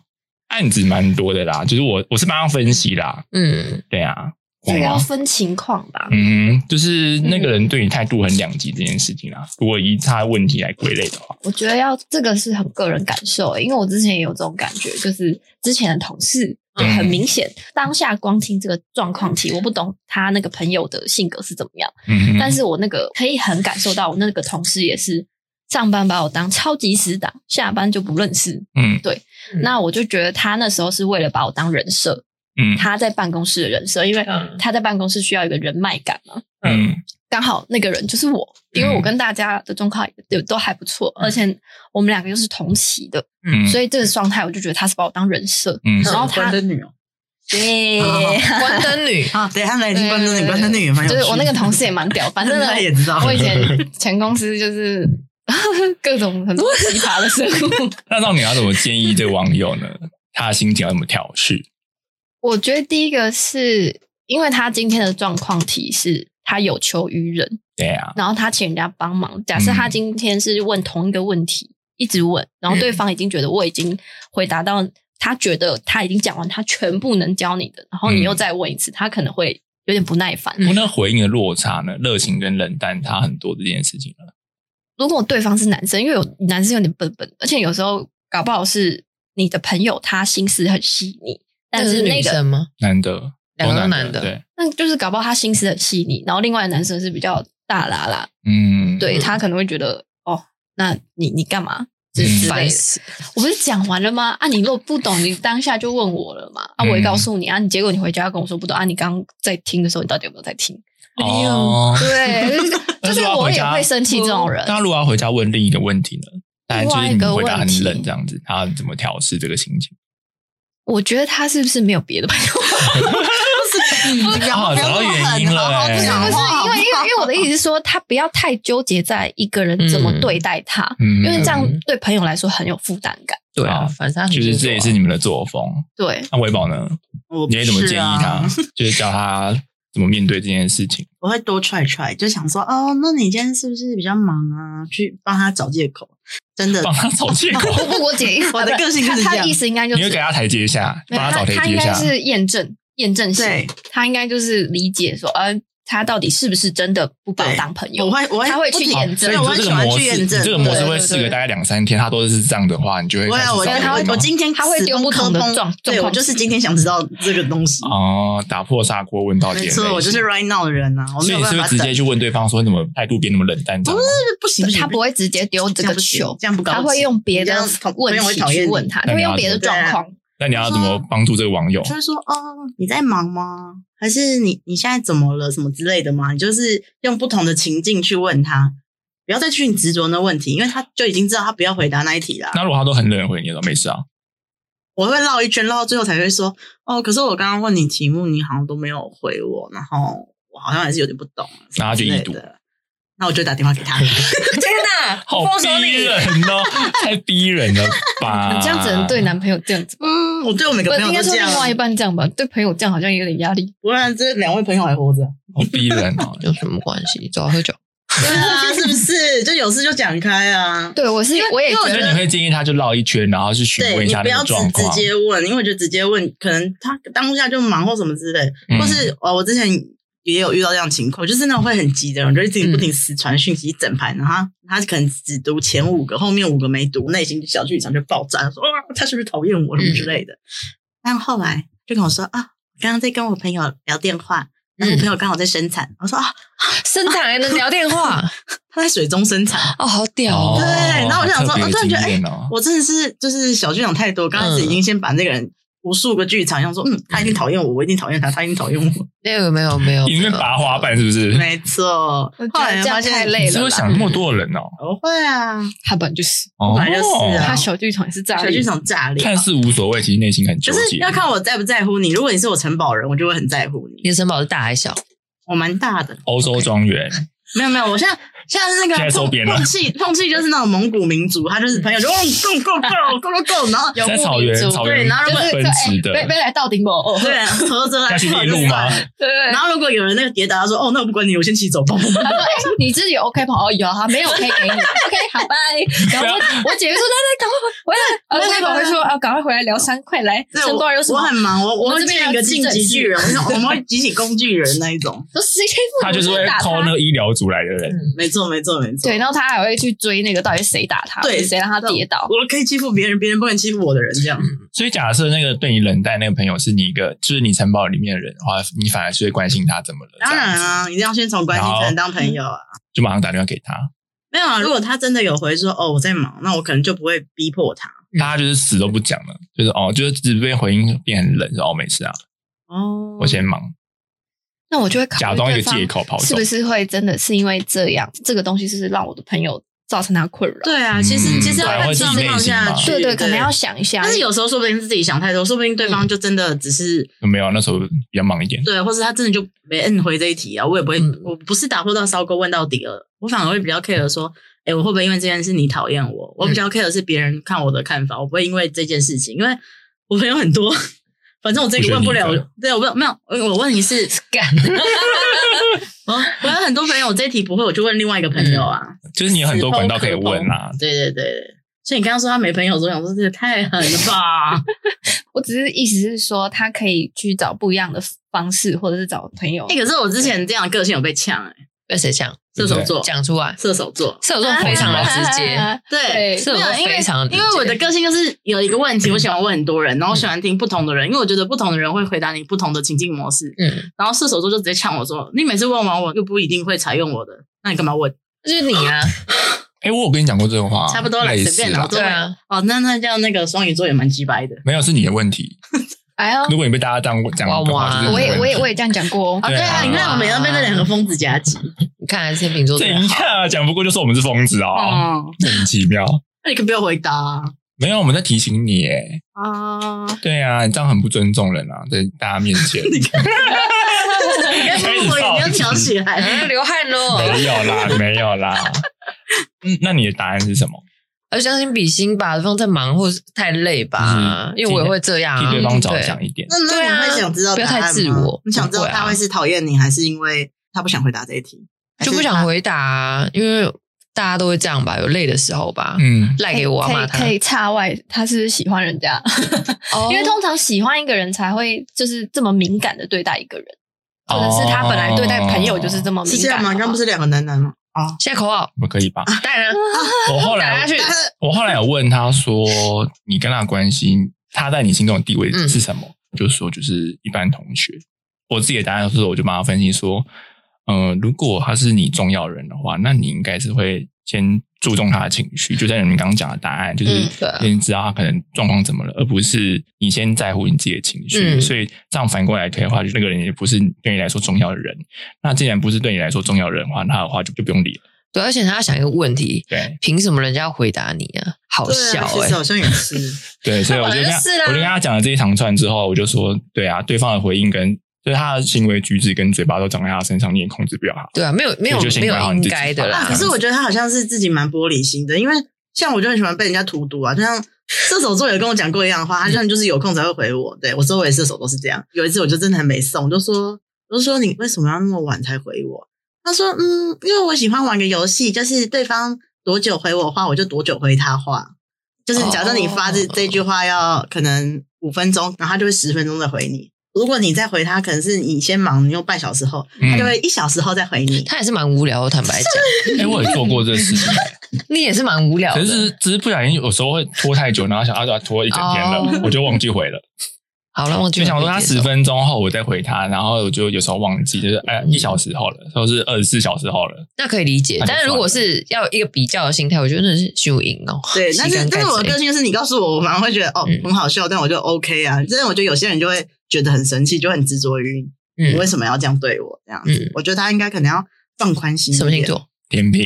案子蛮多的啦，就是我我是帮他分析啦， 嗯，对啊，这我个吗要分情况吧。嗯，就是那个人对你态度很两极这件事情啊啦。如果以他的问题来归类的话，我觉得要这个是很个人感受、欸因为我之前也有这种感觉，就是之前的同事、嗯很明显，当下光听这个状况题，我不懂他那个朋友的性格是怎么样，嗯哼，但是我那个可以很感受到，我那个同事也是上班把我当超级死党，下班就不认识。嗯嗯那我就觉得他那时候是为了把我当人设，嗯他在办公室的人设，因为嗯他在办公室需要一个人脉感嘛。嗯刚好那个人就是我，因为嗯我跟大家的状况也都还不错，嗯而且我们两个又是同期的，嗯，所以这个状态我就觉得他是把我当人设。嗯然后他关灯女哦，对关灯女啊，对，他们已经关灯女，对关灯女也蛮有就趣的 是我那个同事也蛮屌，反正呢他也知道我 以前前公司就是 各种很多奇葩的生 物。那到底要怎么建议这个网友呢？他的心情要怎么调试？我觉得第一个是因为他今天的状况题是他有求于人，对啊，然后他请人家帮忙。假设他今天是问同一个问题，一直问，然后对方已经觉得我已经回答到，他觉得他已经讲完他全部能教你的，然后你又再问一次，他可能会有点不耐烦。我那回应的落差呢，热情跟冷淡差很多这件事情了。如果对方是男生，因为有男生有点笨笨，而且有时候搞不好是你的朋友，他心思很细腻，但那是那女个生吗？男的，两个都都男的对，那就是搞不好他心思很细腻，然后另外的男生是比较大啦啦，嗯，对嗯他可能会觉得哦，那你你干嘛？之嗯之类烦的死！我不是讲完了吗？啊，你如果不懂，你当下就问我了嘛。啊，嗯我也告诉你啊，你结果你回家跟我说不懂啊，你刚刚在听的时候，你到底有没有在听？哦，对，就是 那就如是果要我回也家会生气这种人。那如果要回家问另一个问题呢？当然就是你另外一个回答很问题冷这样子，他怎么调试这个心情？我觉得他是不是没有别的朋 友？不是，哦找到原因了欸哎不是不讲是，因为因为因为我的意思是说，他不要太纠结在一个人怎么对待他，嗯，因为这样对朋友来说很有负担感。对啊，好反正他很哦就是这也是清你们的作风。 对，那维宝嗯呢？我不你是啊会怎么建议 他？就是教他怎么面对这件事情。我会多踹踹，就想说哦，那你今天是不是比较忙啊？去帮他找借口，真的帮他找借口，不不，我姐意思我的个 性就是这他样他的意思应该就你是会给他台阶下，没帮有找台他阶应下该。是验证验证型对，他应该就是理解说，呃，他到底是不是真的不把我对当朋友？我会我会他会不去停验哦所证以对你我说会这喜个欢模去式，验你证，这个模式对会对试个对大概两三天，他都是这样的话，你就会我开始有，找我原觉因得他吗。会，我今天他会丢不同的死状磕碰对状我况就是今天想知道这个东西。哦，打破砂锅问到底。没错，我就是。right now 的人呐、啊，我所没以有你是办不法是直等。接去问对方说你怎么态度变那么冷淡？这样吗不行，不行他不会直接丢这个球，这样不高级他会用别这的样同问朋友会题讨厌去你问他，那他你会要用别的怎么状办况。那你要怎么帮助这个网友？就是说哦，你在忙吗？还是你你现在怎么了？什么之类的吗？你就是用不同的情境去问他，不要再去执着那问题，因为他就已经知道他不要回答那一题啦。那如果他都很冷回你了，没事啊。我会绕一圈，绕到最后才会说哦，可是我刚刚问你题目，你好像都没有回我，然后我好像还是有点不懂，那他就什么已之读类的。那我就打电话 给他，天哪，好封锁逼你！人哦，太逼人了吧？你这样只能对男朋友这样子，嗯，我对我每个不朋应友该都说这另样啊。外一半这样吧？对朋友这样好像有点压力。不然这两位朋友还活着，好逼人哦。有什么关系？走啊，喝酒。对啊， 是不是？就有事就讲开啊。对我是因为我也因为我觉所以觉得得你会建议他就绕一圈，然后去询对问一你下不那要个直状直况。接问，因为我觉得直接问，可能他当下就忙或什么之类，嗯或是哦，我之前也有遇到这样的情况，就是那种会很急的人，就一直不嗯停死传讯息一整排，然后他他可能只读前五个，后面五个没读，内心小剧场就爆炸，说啊，他是不是讨厌我什么嗯之类的。但后来就跟我说啊，刚刚在跟我朋友聊电话，然后我朋友刚好在生产，我说啊，生产还能聊电话他在水中生产，哦，好屌哦哦！对然后我想特说别我突然觉得哎经验哦我真的是就是小剧场太多，刚开始已经先把那个人。无数个剧场，想说，嗯，他一定讨厌我，我一定讨厌他，他一定讨厌我。没有没有没哦有，你那边拔花瓣是不是？没错我觉，得后来这样发现太累你了是不是想那么多人哦？不会啊，他本来就是，哦本来就是啊他小剧场也是这样，小剧场炸裂。看似无所谓，其实内心很纠就结。是要看我在不在乎你。如果你是我城堡人，我就会很在乎你。你的城堡是大还是小？我蛮大的，欧洲庄园，没有没有，我现在现在是那现在个收碰编了碰气碰气，就是那种蒙古民族，他就是朋友就哦 go go go go go go，然后 有在目草民原族草对原然后如果哎奔驰的，哎被被来到顶 某，哦对，啊合着来要去碰夜就路吗？ 算了对对然后如果有人那个跌倒，他说哦，那我不管你，我先骑走吧。他说：“哎、 你自己有 OK 跑哦，有哈，没有 OK 给你，OK 好拜。” 然后我我姐姐说：“来来，赶快回来。”呃，我 OK 跑会说：“啊，赶快回来疗伤，快来，对陈我冠有什我么很忙，我我我们会这边建一个有急晋诊级室巨 人，我们我们会集体工具人那一种。都谁欺负我他就是会打 call 那他。个医疗组来的人。没错没错没错。”对，然后他还会去追那个到底谁打他，对或者谁让他跌倒。我可以欺负别人，别人不能欺负我的人，这样。嗯所以假设那个对你冷淡那个朋友是你一个，就是你城堡里面的人的话，你反而是会关心他怎么了，当这样然子啊，一定要先从关心才能当朋友啊。就马上打电话给他，没有啊，如果他真的有回说哦我在忙，那我可能就不会逼迫他。嗯大家就是死都不讲了，就是哦，就是只被回应变很冷，说哦没事啊，哦，我先忙，那我就会考虑假装一个对方借口跑是走不。是会真的是因为这样，这个东西是让我的朋友造成他困扰。对啊，其实嗯其实要看状况下去，对对，可能要。想一嗯下。啊但是有时候说不定是自己想太多，说不定对方就真的只是没有，那时候比较忙一点。对，或是他真的就没摁回这一题啊。我也不会嗯，我不是打破到烧锅问到底了，我反而会比较 care 说，哎，我会不会因为这件事你讨厌我？嗯我比较 care 是别人看我的看法，我不会因为这件事情，因为我朋友很多， 反正我这个问不了不选你的，对，我不没有，我问题是干， 我我有很多朋友，我这一题不会，我就问另外一个朋友啊。嗯就是你有很多管道可以问啊啦、对对对对，所以你刚刚说他没朋友的时候，我想说这也太狠了 吧？我只是意思是说，他可以去找不一样的方式，或者是找朋友哎、。可是我之前这样的个性有被呛哎、被谁讲？射手座，讲出 来，射手座，射手座非常的直 接，对，射手没有座因为非常的直因接为我的个性就是有一个问题，我喜欢问很多人，然后我喜欢听不同的人，因为我觉得不同的人会回答你不同的情境模式。嗯，然后射手座就直接呛我说：“你每次问完我又不一定会采用我的，那你干嘛问？那就是你啊，哎、我有跟你讲过这个话，差不多了，类随似便啦啦。对啊，哦，那那这样那个双鱼座也蛮鸡掰的。没有是你的问题。哎呦，如果你被大家当讲的哇话，哇就是你的我也我嗯问也题我也这样讲过哦啊，。对对啊啊，你看我每天被那两个疯子夹击， 你看天秤座 最等一好，下啊讲不过就说我们是疯子哦，哦， 莫名其妙。那你可不要回 答啊！没有，我们在提醒你哎。啊 对啊，你这样很不尊重人啊，在大家面前。你要开始我放你要挑 起啊来。流汗喽，没有啦，没有啦。嗯，那你的答案是什么？而相信比心吧，对方在忙或是太累吧，嗯因为我也会这样啊，替对方着对想一点。那那对啊你会想知道不答要案吗？太自我你想知道不会啊他会是讨厌你，还是因为他不想回答这一题，就不想回答啊，因为大家都会这样吧，有累的时候吧，嗯，赖给我啊可以骂他可，以岔外，他是不是喜欢人家？ 哦因为通常喜欢一个人才会就是这么敏感的对待一个人，哦或者是他本来对待朋友就是这么啊还是他？是这敏感样的话。吗？刚刚不是两个男男吗？啊，现在口号，我可以吧？当然啊我 后来啊打下去，我后来有问他说，你跟他的关系，他在你心中的地位嗯是什么？就是说，就是一般同学。我自己的答案是，我就帮他分析说，呃，如果他是你重要人的话，那你应该是会先注重他的情绪，就在你们刚刚讲的答案，就是嗯对啊先知道他可能状况怎么了，而不是你先在乎你自己的情绪。嗯所以这样反过来推的话，就那个人也不是对你来说重要的人。那既然不是对你来说重要的人的话，那的话就就不用理了。对，而且他要想一个问题，对，凭什么人家要回答你啊？好对笑啊 其哎、实好像也是。对，所以那我本就来跟他就是啦啊我就跟他讲了这一长串之后，我就说，对啊，对方的回应跟就是他的行为举止跟嘴巴都长在他身上，你也控制不了他。对啊，没有没有所以就先没有管好你应自己该的啦。啊，可是我觉得他好像是自己蛮玻璃心的，因为像我就很喜欢被人家荼毒啊，就像。射手座有跟我讲过一样的话，他真嗯的就是有空才会回我。对我周围的射手都是这样。有一次我就真的很没送，我就说，我就说你为什么要那么晚才回我？他说，嗯，因为我喜欢玩个游戏，就是对方多久回我话，我就多久回他话。就是假设你发这、哦这句话要可能五分钟，然后他就会十分钟再回你。如果你再回他，可能是你先忙，你用半小时后，他嗯就会一小时后再回你。他也是蛮无聊的，坦 白讲，哎、我也做过这个 事情，你也是蛮无聊的。可是只是不小心有时候会拖太久，然后想啊，对啊拖一整天了，哦我就忘记回了。好 了，忘记就了想说可以他接十受分钟后我再回他，然后我就有时候忘记，就是哎一小时后了，或是二十四小时后了。那可以理解那。就但是如果算是要一个比较的心态，我觉得那是输赢哦。 对，洗但是干但干是我之类的个性就是，你告诉我，我反而会觉得哦、嗯很好笑，但我就 OK 啊。真的，我觉得有些人就会觉得很生气，就很执着于你为嗯，什么要这样对我这样子。嗯我觉得他应该可能要放宽心一什点。么星座？天平，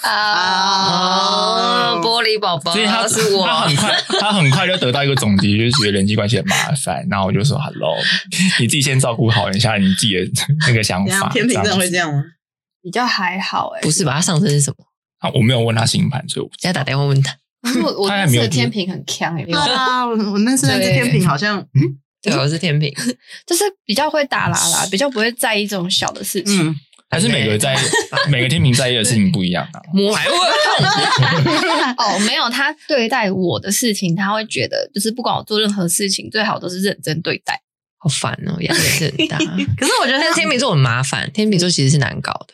啊哦，玻璃宝宝所以他呃是我，他很快，他很快就得到一个总结，就是觉得人际关系很麻烦。然后我就说，Hello，你 自己先照顾好一下你自己的那个想怎法 样？。啊天平这样真的会子这样吗？比较还好哎、 不是吧？他上身是什么？啊，我没有问他星盘，所以我现在打电话问 他，可是我我他还那没次有的天平很强哎、啊，我我那次那次对天平好像，对，啊我是天平，就是比较会打啦啦，比较不会在意这种小的事情。嗯，还是每个 在每个天平在意的事情不一样啊。 摸 来问， 哦，没有，他对待我的事情，他会觉得就是不管我做任何事情，最好都是认真对待。好烦哦，压力也是很大。 可是我觉得但是天秤座很麻烦，天秤座其实是难搞的。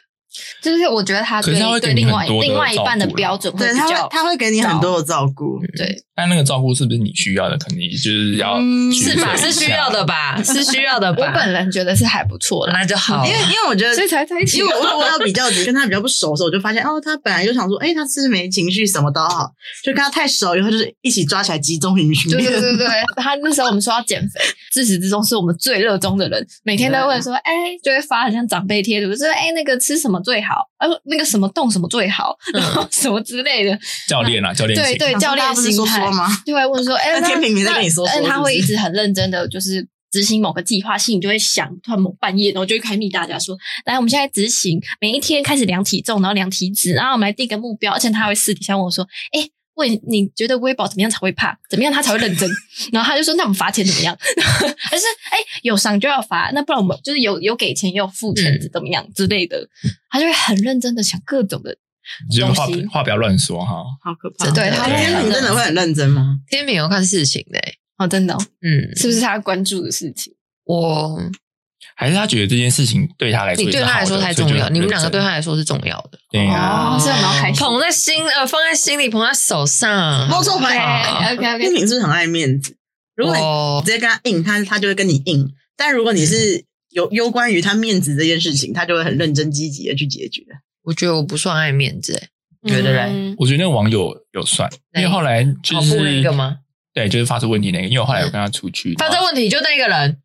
就是我觉得他可对是他会对给你另外很多的另外一半的照顾啦标准会对比他较嗯会他会给你很多的照顾，对，但那个照顾是不是你需要的？肯定就是要嗯取是吧？舍一是需下要的吧？是需要的我吧？本人觉得是还不错 啦， 那就好因为因为我觉得所以才在一起呃啊因为。我我要比较跟他比较不熟的时候，我就发现哦，他本来就想说，哎、他是不是没情绪，什么都好，就跟他太熟以后，就是一起抓起来集中营训 对练。对对对，他那时候我们说要减肥，自始至终是我们最热衷的人，每天都会说，哎、就会发很像长辈贴图，就是哎、那个吃什么最好，呃、那个什么动什么最好，然嗯后 什么之类的，教练 啊，教练对型对，教练不是心说态说吗？就会问说，哎、那那天平没在跟你说那说但是他不会一是直很认真的，就是执行某个计划，心里就会想，突然某半夜，然后就会开密大家说，来，我们现在执行，每一天开始量体重，然后量体脂，然后我们来定个目标，而且他还会私底下问我说，哎、问你觉得微保怎么样才会胖？怎么样他才会认真？ 然后他就说：“那我们罚钱怎么样？” 还是哎、有赏就要罚，那不然我们就是有有给钱也有付钱嗯怎么样之类的？他就会很认真的想各种的你就话东西话不要乱说哈。好可怕对他哎天平真的会很认真吗？天秤有看事情的欸，哦，真的、哦、嗯，是不是他关注的事情？我还是他觉得这件事情对他来说你也是对他来好说的太所以重就要，很你们认两个真对他来说是重要的，对啊，哦，所以我们要开始捧在心呃放在心里，捧在手上。包错牌，OK OK 天 OK，平是不是很爱面子？如果你我直接跟他硬，他他就会跟你硬；但如果你是有攸关于他面子这件事情，他就会很认真积极的去解决。我觉得我不算爱面子，欸觉得嘞嗯我觉得那个网友有算，因为后来就跑步是那个吗？对，就是发出问题那个，因为我后来有跟他出去，发生问题就那个人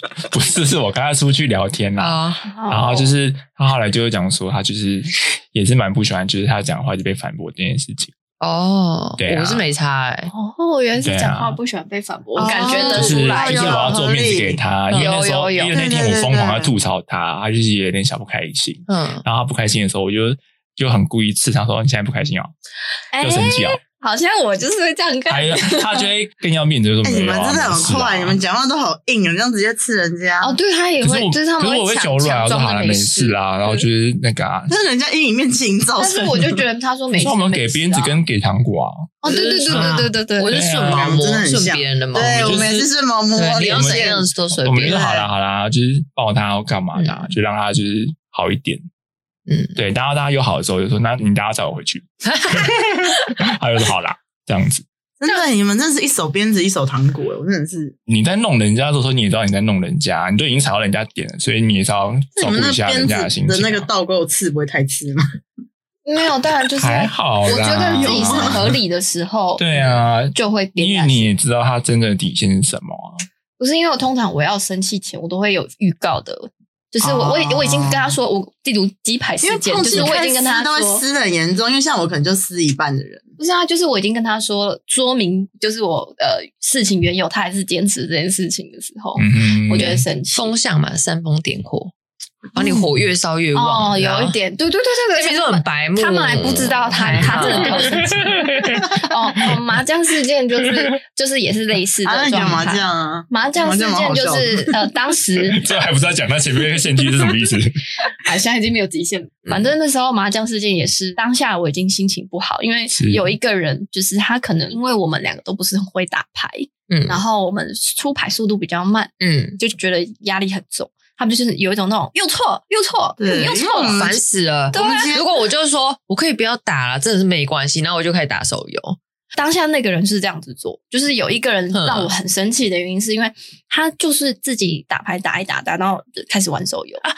然后不是是我跟他出去聊天啦，啊，然后就是他后来就会讲说，他就是也是蛮不喜欢，就是他讲话就被反驳这件事情，哦，对啊我是没差哎，哦，原来是对啊讲话不喜欢被反驳，哦我感觉得就是出来就有是我要做面子给他，因有为那时候有因有为那天对对我对疯狂的吐槽他，他就是有点小不开心，嗯，然后他不开心的时候，我就就很故意刺他说你现在不开心哦，哎就生气哦，好像我就是会这样干还。有他就会更要面子，就哎、说你没有们啊真的很没事啊快，你们讲话都好硬，哦你这样直接刺人家。哦，对他也可是会，我就是他们可是我会抢手软啊，我说抢装好的了没没事啦，然后就是那个啊，但是人家阴影面积营造但出是来，我就觉得他说没事，所以我们没给事鞭子啊跟给糖果啊，哦，对对对对对对对，我是顺毛对啊摸真的，很像顺别人的毛，对，就我是们也是顺毛摸对，你要脸怎样线。都随我们就便说，好啦好啦，就是抱他要干嘛的啊，嗯就让他就是好一点。嗯，对，大家大家又好的时候，就说那你大家载我回 去，他就说好啦，这样子。真的，你们真是一手鞭子一手糖果，我真的是。你在弄人家的时候，你也知道你在弄人家，你都已经踩到人家点了，所以你也是要那照你顾们一下那人鞭家的子心情的啊。那个倒钩刺不会太刺吗？没有，当然就是还好啦，我觉得自己是啊合理的时候，对啊，就会因变为下去你也知道他真正的底线是什么啊。不是因为我通常我要生气前，我都会有预告的，就是我、我已我已经跟他说，我例如鸡排事因为件，碰就瓷是我已经跟看撕他都会说，撕的很严重，因为像我可能就撕一半的人，不是啊，就是我已经跟他说了，说明就是我呃事情缘由，他还是坚持这件事情的时候，嗯哼，我就会生气。风向嘛，煽风点火，把你火越烧越旺。哦，你知道啊有一点，对对对对天对，秤座很白目，他们还不知道他他真的对我生气。哦哦，麻将事 件就是就是也是类似啊，那的你状讲麻态。将啊，麻将事件就是呃，当 时这还不是要讲他前面那个献祭是什么意思？好像已经没有极限了。嗯反正那时候麻将事件也是，当下我已经心情不好，因为是有一个人就是他可能因为我们两个都不是很会打牌，嗯然后我们出牌速度比较慢，嗯，就觉得压力很重。他们就是有一种那种又错又错对又因为我错，们烦死了。对啊如果我就说我可以不要打了，真的是没关系，然后我就开始打手游，当下那个人是这样子做，就是有一个人嗯让我很生气的原因，是因为他就是自己打牌打一打打，到就开始玩手游啊，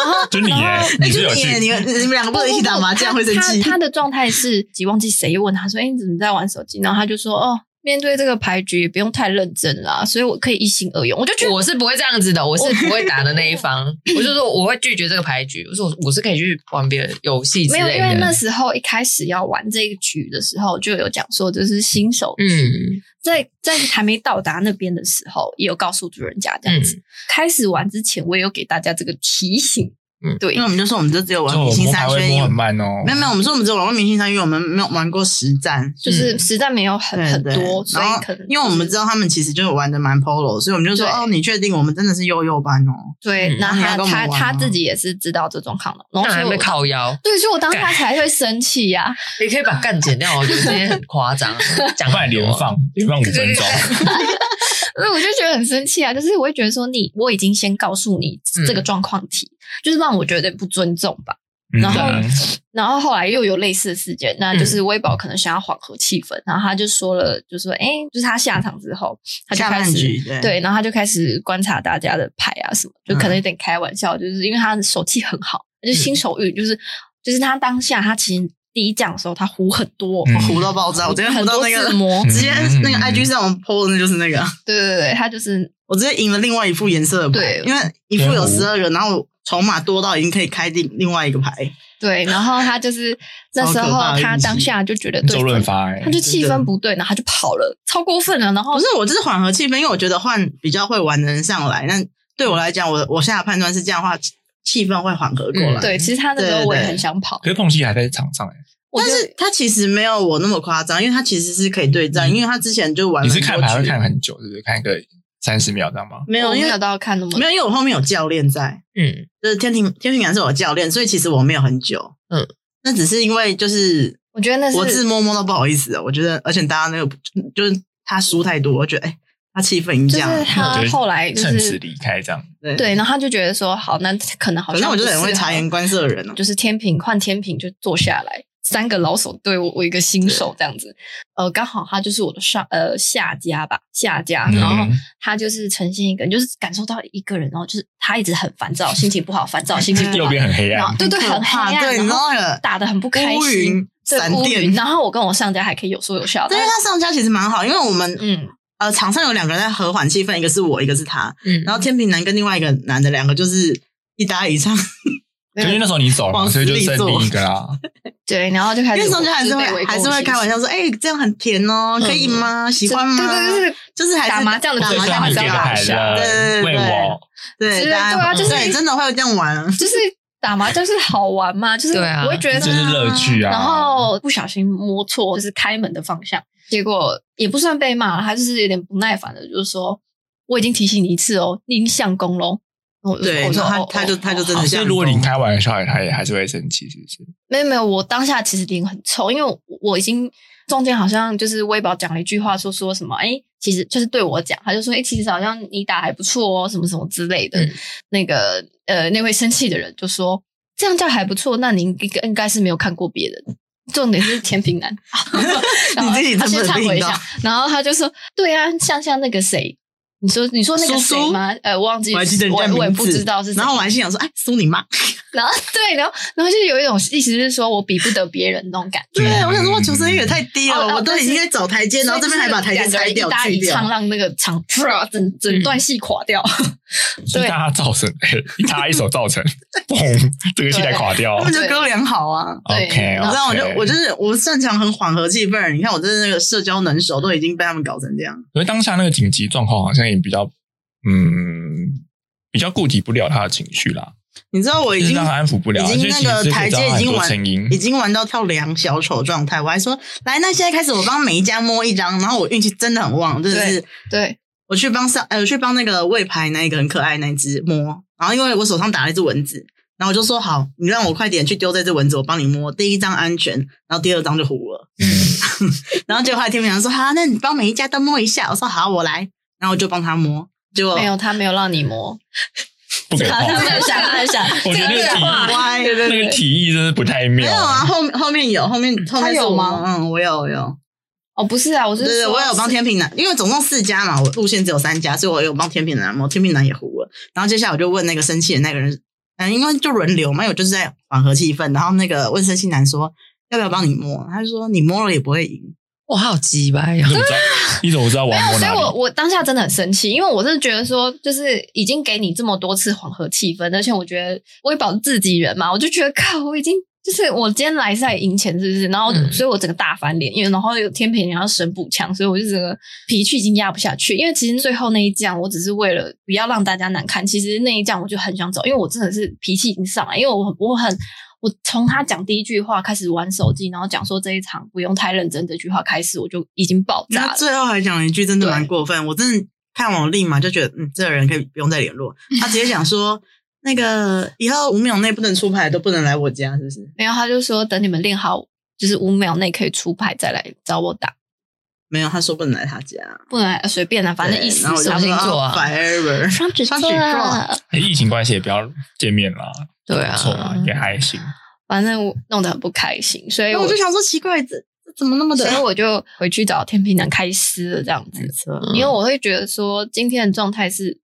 后就你耶然后，是有哦哎就你耶，去你们你们两个不能一起打麻将会生气。 他他的状态是，自己忘记谁问他说：“哎、你怎么在玩手机？”然后他就说：“哦，面对这个牌局也不用太认真啦，所以我可以一心二用。”我就觉得我是不会这样子的，我 是不会打的那一方。我就说我会拒绝这个牌局，我说我是可以去玩别的游戏之没类的。有，因为那时候一开始要玩这个局的时候，就有讲说这是新手局，嗯在在还没到达那边的时候，也有告诉主人家这样嗯子。开始玩之前，我也有给大家这个提醒。嗯对因为，我们就说我们就只有玩就明我星摸三排圈，会因摸为很慢哦，没有没有，我们说我们只有玩过明星三圈，因为我们没有玩过实战。嗯就是实在没有很、对很对多，所然以后可能因为我们知道道他们其实就是玩的蛮 polo，所以我们就说对哦，你确定我们真的是幼幼班哦？对，嗯那然后你还他跟我们他玩他吗自己也是知道这状况的，然后那还所以没我靠腰，对，所以我当下才会生气 呀、你可以把干剪掉，我觉得这些很夸张，讲 我本来很连多。放连放五分钟，所以我就觉得很生气啊！就是我会觉得说你，我已经先告诉你嗯这个状况题，就是让我觉得不尊重吧。嗯然后对然后后来又有类似的事件，那嗯就是微宝可能想要缓和气氛，然后他就说了，就说哎、就是他下场之后，他就下开半始局对对，然后他就开始观察大家的牌啊什么，就嗯可能有点开玩笑，就是因为他的手气很好，就是新手运，就是就是他当下他其实第一降的时候他胡很多，嗯糊到爆炸，我直接糊很到多那自个，摸，嗯直接那个 IG 上我们 PO 的那就是那个，对对对，他就是我直接赢了另外一副颜色的牌对，因为一副天有胡十二个，然后我筹码多到已经可以开另另外一个牌，对，然后 他就是那时超可怕候的他运气当下就觉得周对润方，发耶他就气氛不对，然后他就跑了，超过分了。然后不是，我就是缓和气氛，因为我觉得换比较会玩的人上来，那对我来讲，我我现在的判断是这样的话，气气氛会缓和过嗯来。对，其实他那时对候对我也对很想跑，可是碰西还在场上哎，我但就是他其实没有我那么夸张，因为他其实是可以对战，因为他之前就玩嗯你了是很多看牌会局看很久，是不是？看个三十秒这样吗？没我有，因没为有到看那么没有，因为我后面有教练在，嗯，就是天庭天平男是我的教练，所以其实我没有很久。嗯，那只是因为就是我觉得那是我自摸摸到不好意思了，我觉得，而且大家那个就是他输太多，我觉得哎、他气氛已经就这样了是。他对后来就趁此是离开这样。对对，然后他就觉得说好，那可能好反正像我觉得不很会适合察言观色的人哦、就是天平换天平就坐下来，三个老手对我我一个新手这样子，呃，刚好他就是我的上呃下家吧下家，嗯然后他就是呈现一个，你就是感受到一个人，然后就是他一直很烦躁，心情不好，烦躁，心情不右好，边很黑然暗后，对对很可很黑怕暗，对然后你知道那个打的很不开乌心云，对闪乌电云，然后我跟我上家还可以有说有笑，对，因为啊他上家其实蛮好，因为我们、嗯呃场上有两个人在和缓气氛，一个是我，一个是他。嗯然后天平男跟另外一个男的两个就是一搭一唱，可是因为那时候你走往了，所死以就里剩做另一个啊 啦。对，然后就开因始为上家还是就是被会围攻还是会开玩笑说：“哎、这样很甜哦，可以吗？喜这欢吗？”对对对，就是就是还是打麻将的打嘴这是麻将还你是给要的打孩子下对对为我，对之类大家对啊就是对真的会有这样玩，啊就是打麻将是好玩嘛，就是对啊我会觉得这是乐趣啊。然后不小心摸错，就是开门的方向，结果也不算被骂，他就是有点不耐烦的，就是说我已经提醒你一次哦，你已经相公喽。然后我就对我说然后哦他他就哦他就哦真的好哦所以像如果你开玩笑，他也还是会生气，是不是？没有没有，我当下其实脸很臭，因为我我已经中间好像就是微宝讲了一句话说说什么，哎，其实就是对我讲，他就说，哎，其实好像你打还不错哦，什么什么之类的。嗯那个呃，那位生气的人就说，这样叫还不错，那您应该应该是没有看过别人。重点是天平男，然 后你自己他真先的忏悔一病下到，然后他就说，对啊，像像那个谁，你说你说那个苏苏谁吗？呃，忘记我还记得人我家也名字，我也不知道是谁。然后我还心想说：“哎，苏你妈！”然后对，然后然后就有一种意思是说我比不得别人那种感 觉。对啊嗯，我想说，我求生欲也太低哦了，哦我都但已是经在找台阶，然后这边还把台阶拆掉所以就是两个人一搭去一唱掉。嗯让那个 场啪整整段戏垮掉。所以对大家造成， 他一手造成，嘣，这个戏台垮掉他。们就歌良好啊，对 OK，然你后知道，我就我就是我擅长很缓和气氛的人。你看，我真的那个社交能手都已经被他们搞成这样。因为当下那个紧急状况好像也比较，嗯，比较顾及不了他的情绪啦，你知道，我就已是经让他安抚不了，已经所以那其实个是台可以阶造成已很经多玩声音已，经玩到跳两小丑状态，我还说来，那现在开始我帮每一家摸一张，然后我运气真的很旺，真的是对，我去帮上，呃，我去帮那个魏牌那一个很可爱那一只摸，然后因为我手上打了一只蚊子，然后我就说好，你让我快点去丢这只蚊子，我帮你摸。第一张安全，然后第二张就糊了，嗯，然后结果后来天平常说好，那你帮每一家都摸一下，我说好，我来，然后我就帮他摸，结果没有他没有让你摸，不给他碰。在想他在想，哦我觉得那个这提话议， 歪，啊啊那个提议真是不太妙。没有啊，后面后面有，后面后面他是有我吗嗯，我有我有，哦，不是啊，我是对对，说我有帮是天平男，因为总共四家嘛，我路线只有三家，所以我有帮天平男嘛，天平男也糊了。然后接下来我就问那个生气的那个人，嗯，因为就轮流嘛，我就是在缓和气氛。然后那个问生气男说要不要帮你摸，他就说你摸了也不会赢。哇，好鸡巴呀你！怎么知道？你怎么知道王摸所以哪我里？我当下真的很生气，因为我真的觉得说，就是已经给你这么多次缓和气氛，而且我觉得我也保自己人嘛，我就觉得靠，我已经就是我今天来是来赢钱，是不是？然后、嗯所以我整个大翻脸，因为然后有天平，然后神补枪，所以我就整个脾气已经压不下去。因为其实最后那一仗，我只是为了不要让大家难看，其实那一仗我就很想走，因为我真的是脾气已经上来，因为我很我很。 我从他讲第一句话开始玩手机，然后讲说这一场不用太认真这句话开始，我就已经爆炸然后了。最后还讲了一句真的蛮对过分，我真的看完我立马就觉得，嗯，这个人可以不用再联络。他直接讲说，那个以后五秒内不能出牌都不能来我家，是不是？没有，他就说等你们练好，就是五秒内可以出牌再来找我打，没有，他说不能来他家，不能来呃随便啦、反正对意思然后我是就什么说星 座啊 f o r e v e r 双子双子座啊，哎疫情关系也不要见面啦，对啊不错啦，也还行。反正我弄得很不开心，所以然后我哎我就想说奇怪，这这怎么那么的所？以我就回去找天平男开撕了这样子没，错，嗯因为我会觉得说今天的状态是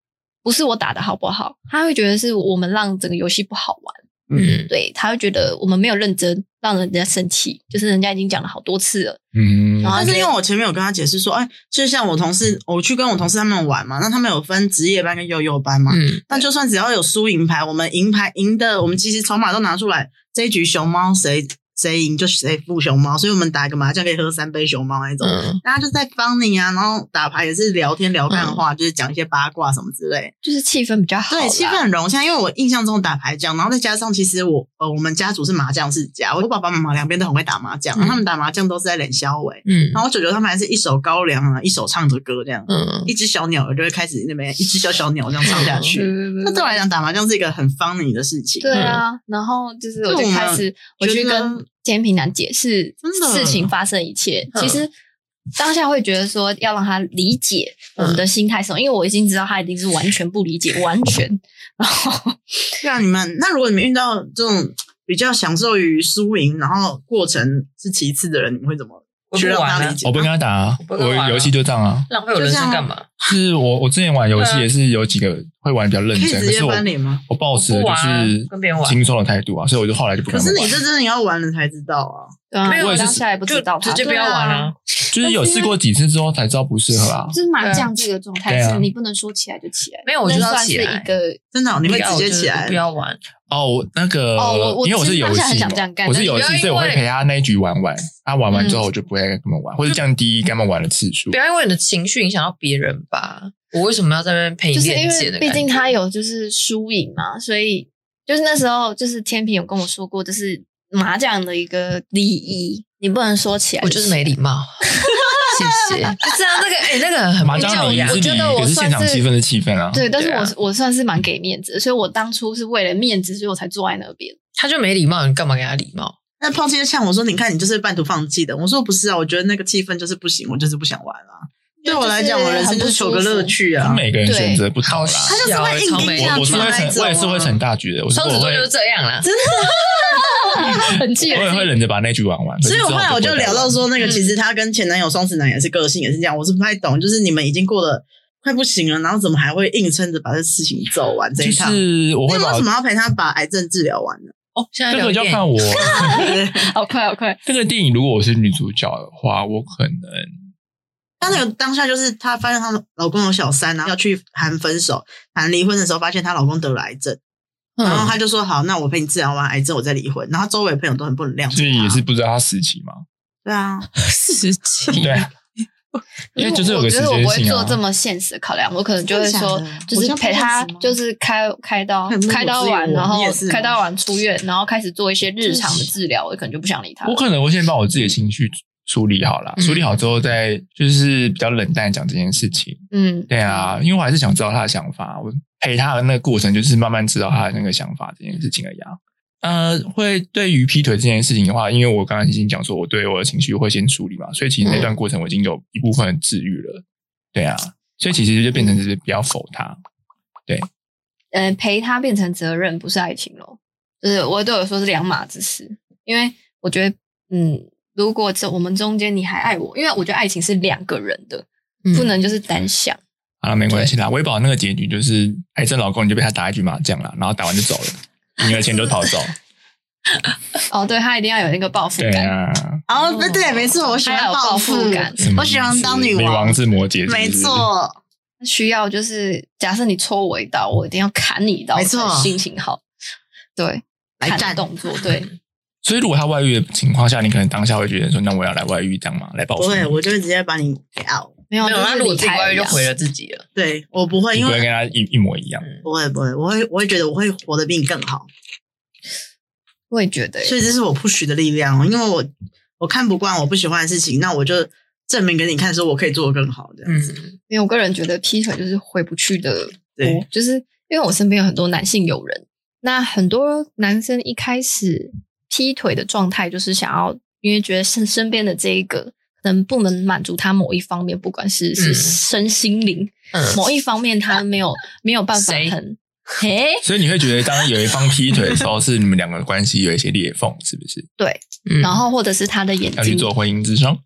不是我打的好不好，他会觉得是我们让整个游戏不好玩，嗯，对他会觉得我们没有认真，让人家生气，就是人家已经讲了好多次了，嗯，然后但是就因为我前面有跟他解释说，哎，就像我同事，我去跟我同事他们玩嘛，那他们有分职业班跟幼幼班嘛。嗯，那就算只要有输赢牌，我们赢牌赢的，我们其实筹码都拿出来，这一局熊猫谁谁赢就谁付熊猫，所以我们打一个麻将可以喝三杯熊猫那一种。嗯，大家就在帮你啊，然后打牌也是聊天聊干话，就是讲一些八卦什么之类。就是气氛比较好啦，对，气氛很融洽，因为我印象中打牌这样，然后再加上其实我呃我们家族是麻将世家，我爸爸妈妈两边都很会打麻将，嗯然后他们打麻将都是在冷消尾，嗯然后我舅舅他们还是一手高粱啊，一手唱着歌这样，嗯，一只小鸟儿就会开始那边一只小小鸟这样唱下去。嗯那对我来讲，打麻将是一个很 funny 的事情。对嗯啊，然后就是我就就我们开始我去觉得跟天平男解释真的事情发生一切。嗯其实当下会觉得说要让他理解我嗯们的心态是什么，因为我已经知道他一定是完全不理解，完全。 然后对啊，你们那如果你们遇到这种比较享受于输赢，然后过程是其次的人，你们会怎么我不去让玩他啊理解？我不跟他打啊，我不跟他玩啊我游戏就这样啊。浪费我人生干嘛？是我我之前玩游戏也是有几个会玩比较认可以真，直可是接我翻脸吗？我抱持的我不就玩啊是跟别人玩轻松的态度啊，所以我就后来就不可跟他是们玩。你这真的要玩了才知道啊！对啊没有我也是当下也不知道就他，啊直接不要玩啊了了。。就是有试过几次之后才知道不适合啊。就是麻将这个状态对啊是你不能说起来就起来，没有我就那是要算起是来一个真的哦、你啊会直接起来不？要玩，哦，我那个，哦我我因为我是游其实当下很戏想这嘛样，干我是游但戏，是不要因为所以我会陪他那一局玩完。他玩完之后，我就不会跟他们玩，或者降低跟他们玩的次数不。要因为你的情绪影响到别人吧。我为什么要在那边陪你就是因练剑的感为觉？毕竟他有就是输赢嘛，所以就是那时候就是天平有跟我说过，就是麻将的一个礼仪，你不能说起来。我就是没礼貌， 谢谢。是啊，那个哎，那个很麻不将教礼仪养是觉礼得仪，我可是算现场是气氛的气氛啊。对，但是对我啊是、我算是蛮给面子的，所以我当初是为了面子，所以我才坐在那 边。他就没礼貌，你干嘛给他礼貌？那抛弃就呛我说：“你看，你就是半途放弃的。”我说：“不是啊，我觉得那个气氛就是不行，我就是不想玩啊。”对我来讲，我人生就是求个乐趣是啊。每个人选择不同好啦。笑，他就是会硬超跟没这礼欸貌样我我是会那一成，种啊我也是会成大局的。我是双子我座会就是这样啦，很气我也会忍着把那局玩完。所以我后来我就聊到说，那个嗯其实她跟前男友双子男也是个性也是这样，我是不太懂，就是你们已经过得快不行了，然后怎么还会硬撑着把这事情走完这就一趟？是我那会你把为什么要陪他把癌症治疗完 呢？哦，现在这个聊就电影看我 好快好快，这个电影，如果我是女主角的话，我可能她那个当下就是她发现她老公有小三，然后要去谈分手、谈离婚的时候，发现她老公得了癌症，然后嗯 她就说：“好，那我陪你治疗完癌症，我再离婚。”然后她周围的朋友都很不能谅这解她，也是不知道他死期 嘛。对啊，十七，对，因为就是有我个时觉间得性我啊。不会做这么现实考量，我可能就会说真的假的，就我是像陪被他认识吗就是开开刀很，开刀完我自己我然后你也是吗开刀完出院，然后开始做一些日常的治疗，我可能就不想理他了。我可能会先把我自己的情绪梳理好了，嗯梳理好之后再就是比较冷淡地讲这件事情。嗯，对啊，因为我还是想知道他的想法，我陪他的那个过程就是慢慢知道他的那个想法这件事情而已啊。呃，会对于劈腿这件事情的话，因为我刚刚已经讲说我对我的情绪会先处理嘛，所以其实那段过程我已经有一部分的治愈了。对啊，所以其实就变成就是比较否他。呃，陪他变成责任，不是爱情咯。就是我对我说是两码子事，因为我觉得，嗯，如果这我们中间你还爱我，因为我觉得爱情是两个人的，嗯不能就是单向。好了，没关系啦。维保那个结局就是，哎，这老公你就被他打一局麻将啦，然后打完就走了，赢了钱就逃 走。哦，对他一定要有那个报复对感，啊，哦，不对，没错，我喜他要欢有报复复感，什么我喜欢意思当女女王王嗯是摩羯，是不是没。错，需要就是假设你戳我一刀，我一定要砍你一刀，没错我才心情好。对，来砍战的动作， 对，所以如果他外遇的情况下，你可能当下会觉得说，那我要来外遇这样嘛，来报不复。会，我就会直接把你给 out。没有，没有，就那是如果离自己开外遇就而已啊毁了自己了。嗯对我不会，你因不会为跟他一一模一样。不会不会，我会我会觉得我会活得比你更好，我也觉得耶，欸所以这是我不许的力量哦。因为我我看不惯我不喜欢的事情，那我就证明给你看，说我可以做得更好。这样子，嗯，因为我个人觉得劈腿就是回不去的对锅，就是因为我身边有很多男性友人，那很多男生一开始劈腿的状态就是想要，因为觉得身身边的这一个可能不能满足他某一方面，不管是是嗯身心灵、嗯某一方面，他没有没有办法谁很嘿，所以你会觉得，当有一方劈腿的 时候，是你们两个关系有一些裂缝，是不是？嗯然后或者是他的眼要去睛做婚姻之商？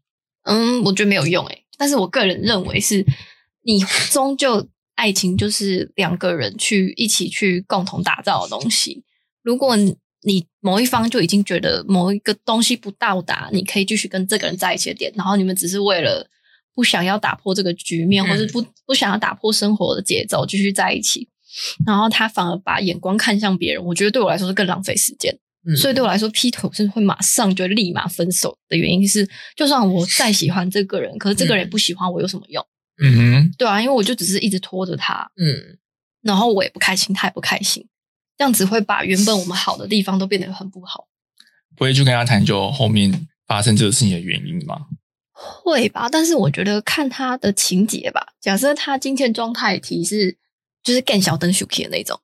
嗯，我觉得没有用诶、但是我个人认为是，你终究爱情就是两个人去一起去共同打造的东西。如果你某一方就已经觉得某一个东西不到达，你可以继续跟这个人在一起的点，然后你们只是为了不想要打破这个局面，嗯或是不不想要打破生活的节奏，继续在一起。然后他反而把眼光看向别人，我觉得对我来说是更浪费时间。嗯所以对我来说，劈腿是会马上就立马分手的原因是，就算我再喜欢这个人，嗯可是这个人也不喜欢我有什么用？嗯对啊，因为我就只是一直拖着他，嗯然后我也不开心，他也不开心，这样子会把原本我们好的地方都变得很不好，哼，不会去跟他探究后面发生这个事情的原因吗？会吧？但是我觉得看他的情节吧，假设他今天状态提示就是更小灯 s h 的那种，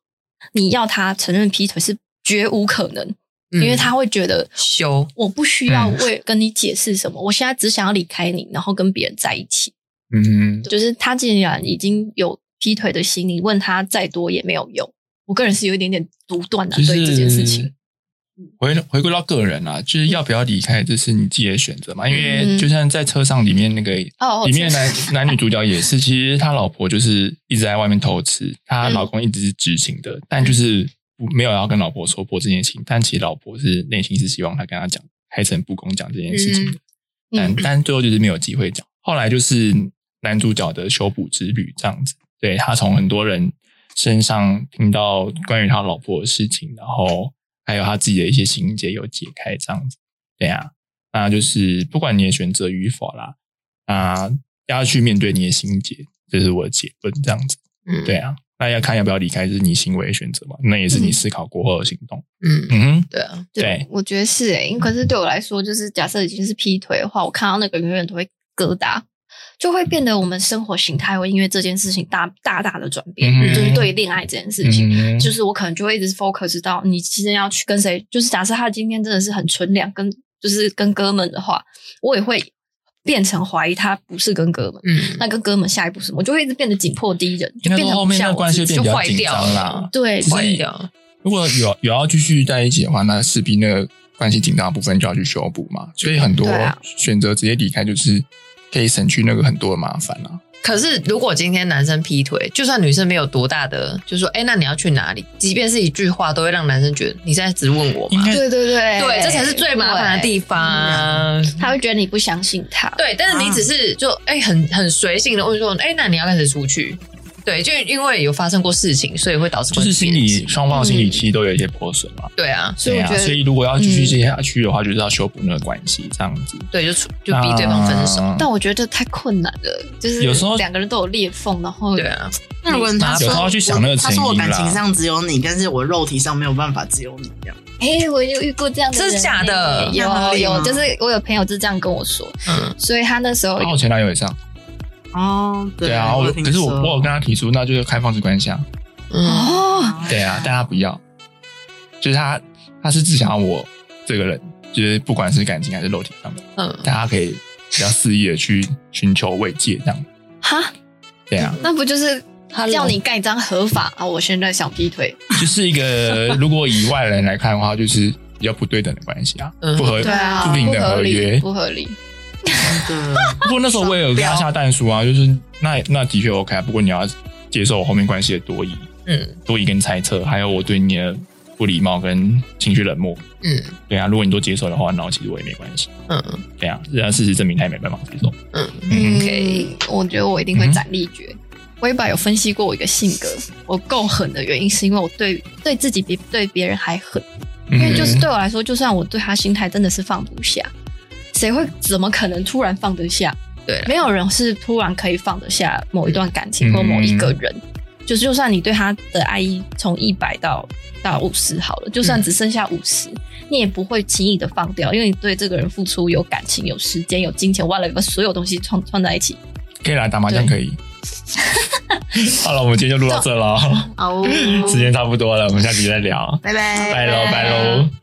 你要他承认劈腿是绝无可能，嗯因为他会觉得修我不需要嗯为跟你解释什么，我现在只想要离开你，然后跟别人在一起。嗯哼，就是他既然已经有劈腿的心，你问他再多也没有用。我个人是有一点点独断的、就对是这件事情。回回归到个人啊，就是要不要离开，这是你自己的选择嘛。因为嗯就像在车上里面那个哦，里面的男 男女主角也是，其实他老婆就是一直在外面偷吃，她嗯老公一直是执行的，但就是不没有要跟老婆说破这件事情，但其实老婆是内心是希望他跟他讲开诚布公讲这件事情的，但嗯但最后就是没有机会讲。后来就是男主角的修补之旅这样子，对他从很多人身上听到关于他老婆的事情，然后还有他自己的一些情节有解开这样子，对啊，那就是不管你的选择与否啦，啊，要去面对你的心结，这是我的结论，这样子，嗯对啊，那要看要不要离开，这是你行为的选择嘛，那也是你嗯思考过后的行动，嗯嗯哼，对啊对我觉得是欸诶、因为可是对我来说，就是假设已经是劈腿的话，我看到那个人永远都会疙瘩，就会变得我们生活形态会因为这件事情大大大的转变，嗯就是对于恋爱这件事情。嗯哼，就是我可能就会一直 focus 到你今天要去跟谁，就是假设他今天真的是很纯良，跟就是跟哥们的话，我也会变成怀疑他不是跟哥们，嗯那跟哥们下一步是什么，我就会一直变得紧迫第一人，应就该变说成后面那个关系就变得比较坏紧掉张 了啦，对其实坏掉，如果有有要继续在一起的话，那势必那个关系紧张的部分就要去修补嘛。所以很多对啊选择直接离开，就是可以省去那个很多的麻烦啊啦、可是，如果今天男生劈腿，就算女生没有多大的，就说，哎、那你要去哪里？即便是一句话，都会让男生觉得你现在只问我应嘛。该对对对对，这才是最麻烦的地方啊。嗯对他会觉得你不相信他，对，但是你只是就哎、很很随性的问说，哎、那你要跟谁出去？对，就因为有发生过事情，所以会导致就是心关系理双方的心理其实都有一些破损嘛。对啊，所以我啊，觉得所以如果要继续接下去的话，就是要修补那个关系，这样子对，就出就逼对方分手。那但我觉得太困难了，就是有时候两个人都有裂缝，然后对啊，那如果他说有时候要去想那个我他说我成因啦感情上只有你，但是我肉体上没有办法只有你这样。哎，我有遇过这样的人欸，真的假的有那很累吗有，就是我有朋友就这样跟我说，嗯，所以他那时候然后我前男友也这样，哦，对啊，我我有听可是我说我有跟他提出，那就是开放式关系啊，嗯哦，对啊，但他不要，就是他他是只想要我这个人，就是不管是感情还是肉体上面，嗯，大家可以比较肆意的去寻求慰藉，这样，哈，对 啊，那不就是他叫你盖章合法啊？我现在想劈腿，就是一个如果以外人来看的话，就是比较不对等的关系啊，嗯不合对啊，不平不等合合理，约。不合理。真的 不过那时候我也有跟他下蛋书啊，就是那那的确 OK 啊，不过你要接受我后面关系的多疑，嗯多疑跟猜测，还有我对你的不礼貌跟情绪冷漠。嗯对啊，如果你都接受的话，那其实我也没关系。嗯对啊，然后事实证明他也没办法接受。嗯嗯， ，OK，我觉得我一定会斩立决。威爸有分析嗯过我一个性格，我够狠的原因是因为我对对自己比对别人还狠，因嗯为就是对我来说，就算我对他心态真的是放不下，谁会怎么可能突然放得下？对啦没有人是突然可以放得下某一段感情嗯或某一个人。就是就算你对他的爱意从一百到到五十好了，就算只剩下五十、你也不会轻易的放掉，因为你对这个人付出有感情、有时间、有金钱，whatever，所有东西串串在一起，可以来打麻将，可 以。好了，我们今天就录到这了， 哦，时间差不多了，我们下集再聊，拜拜拜喽拜喽。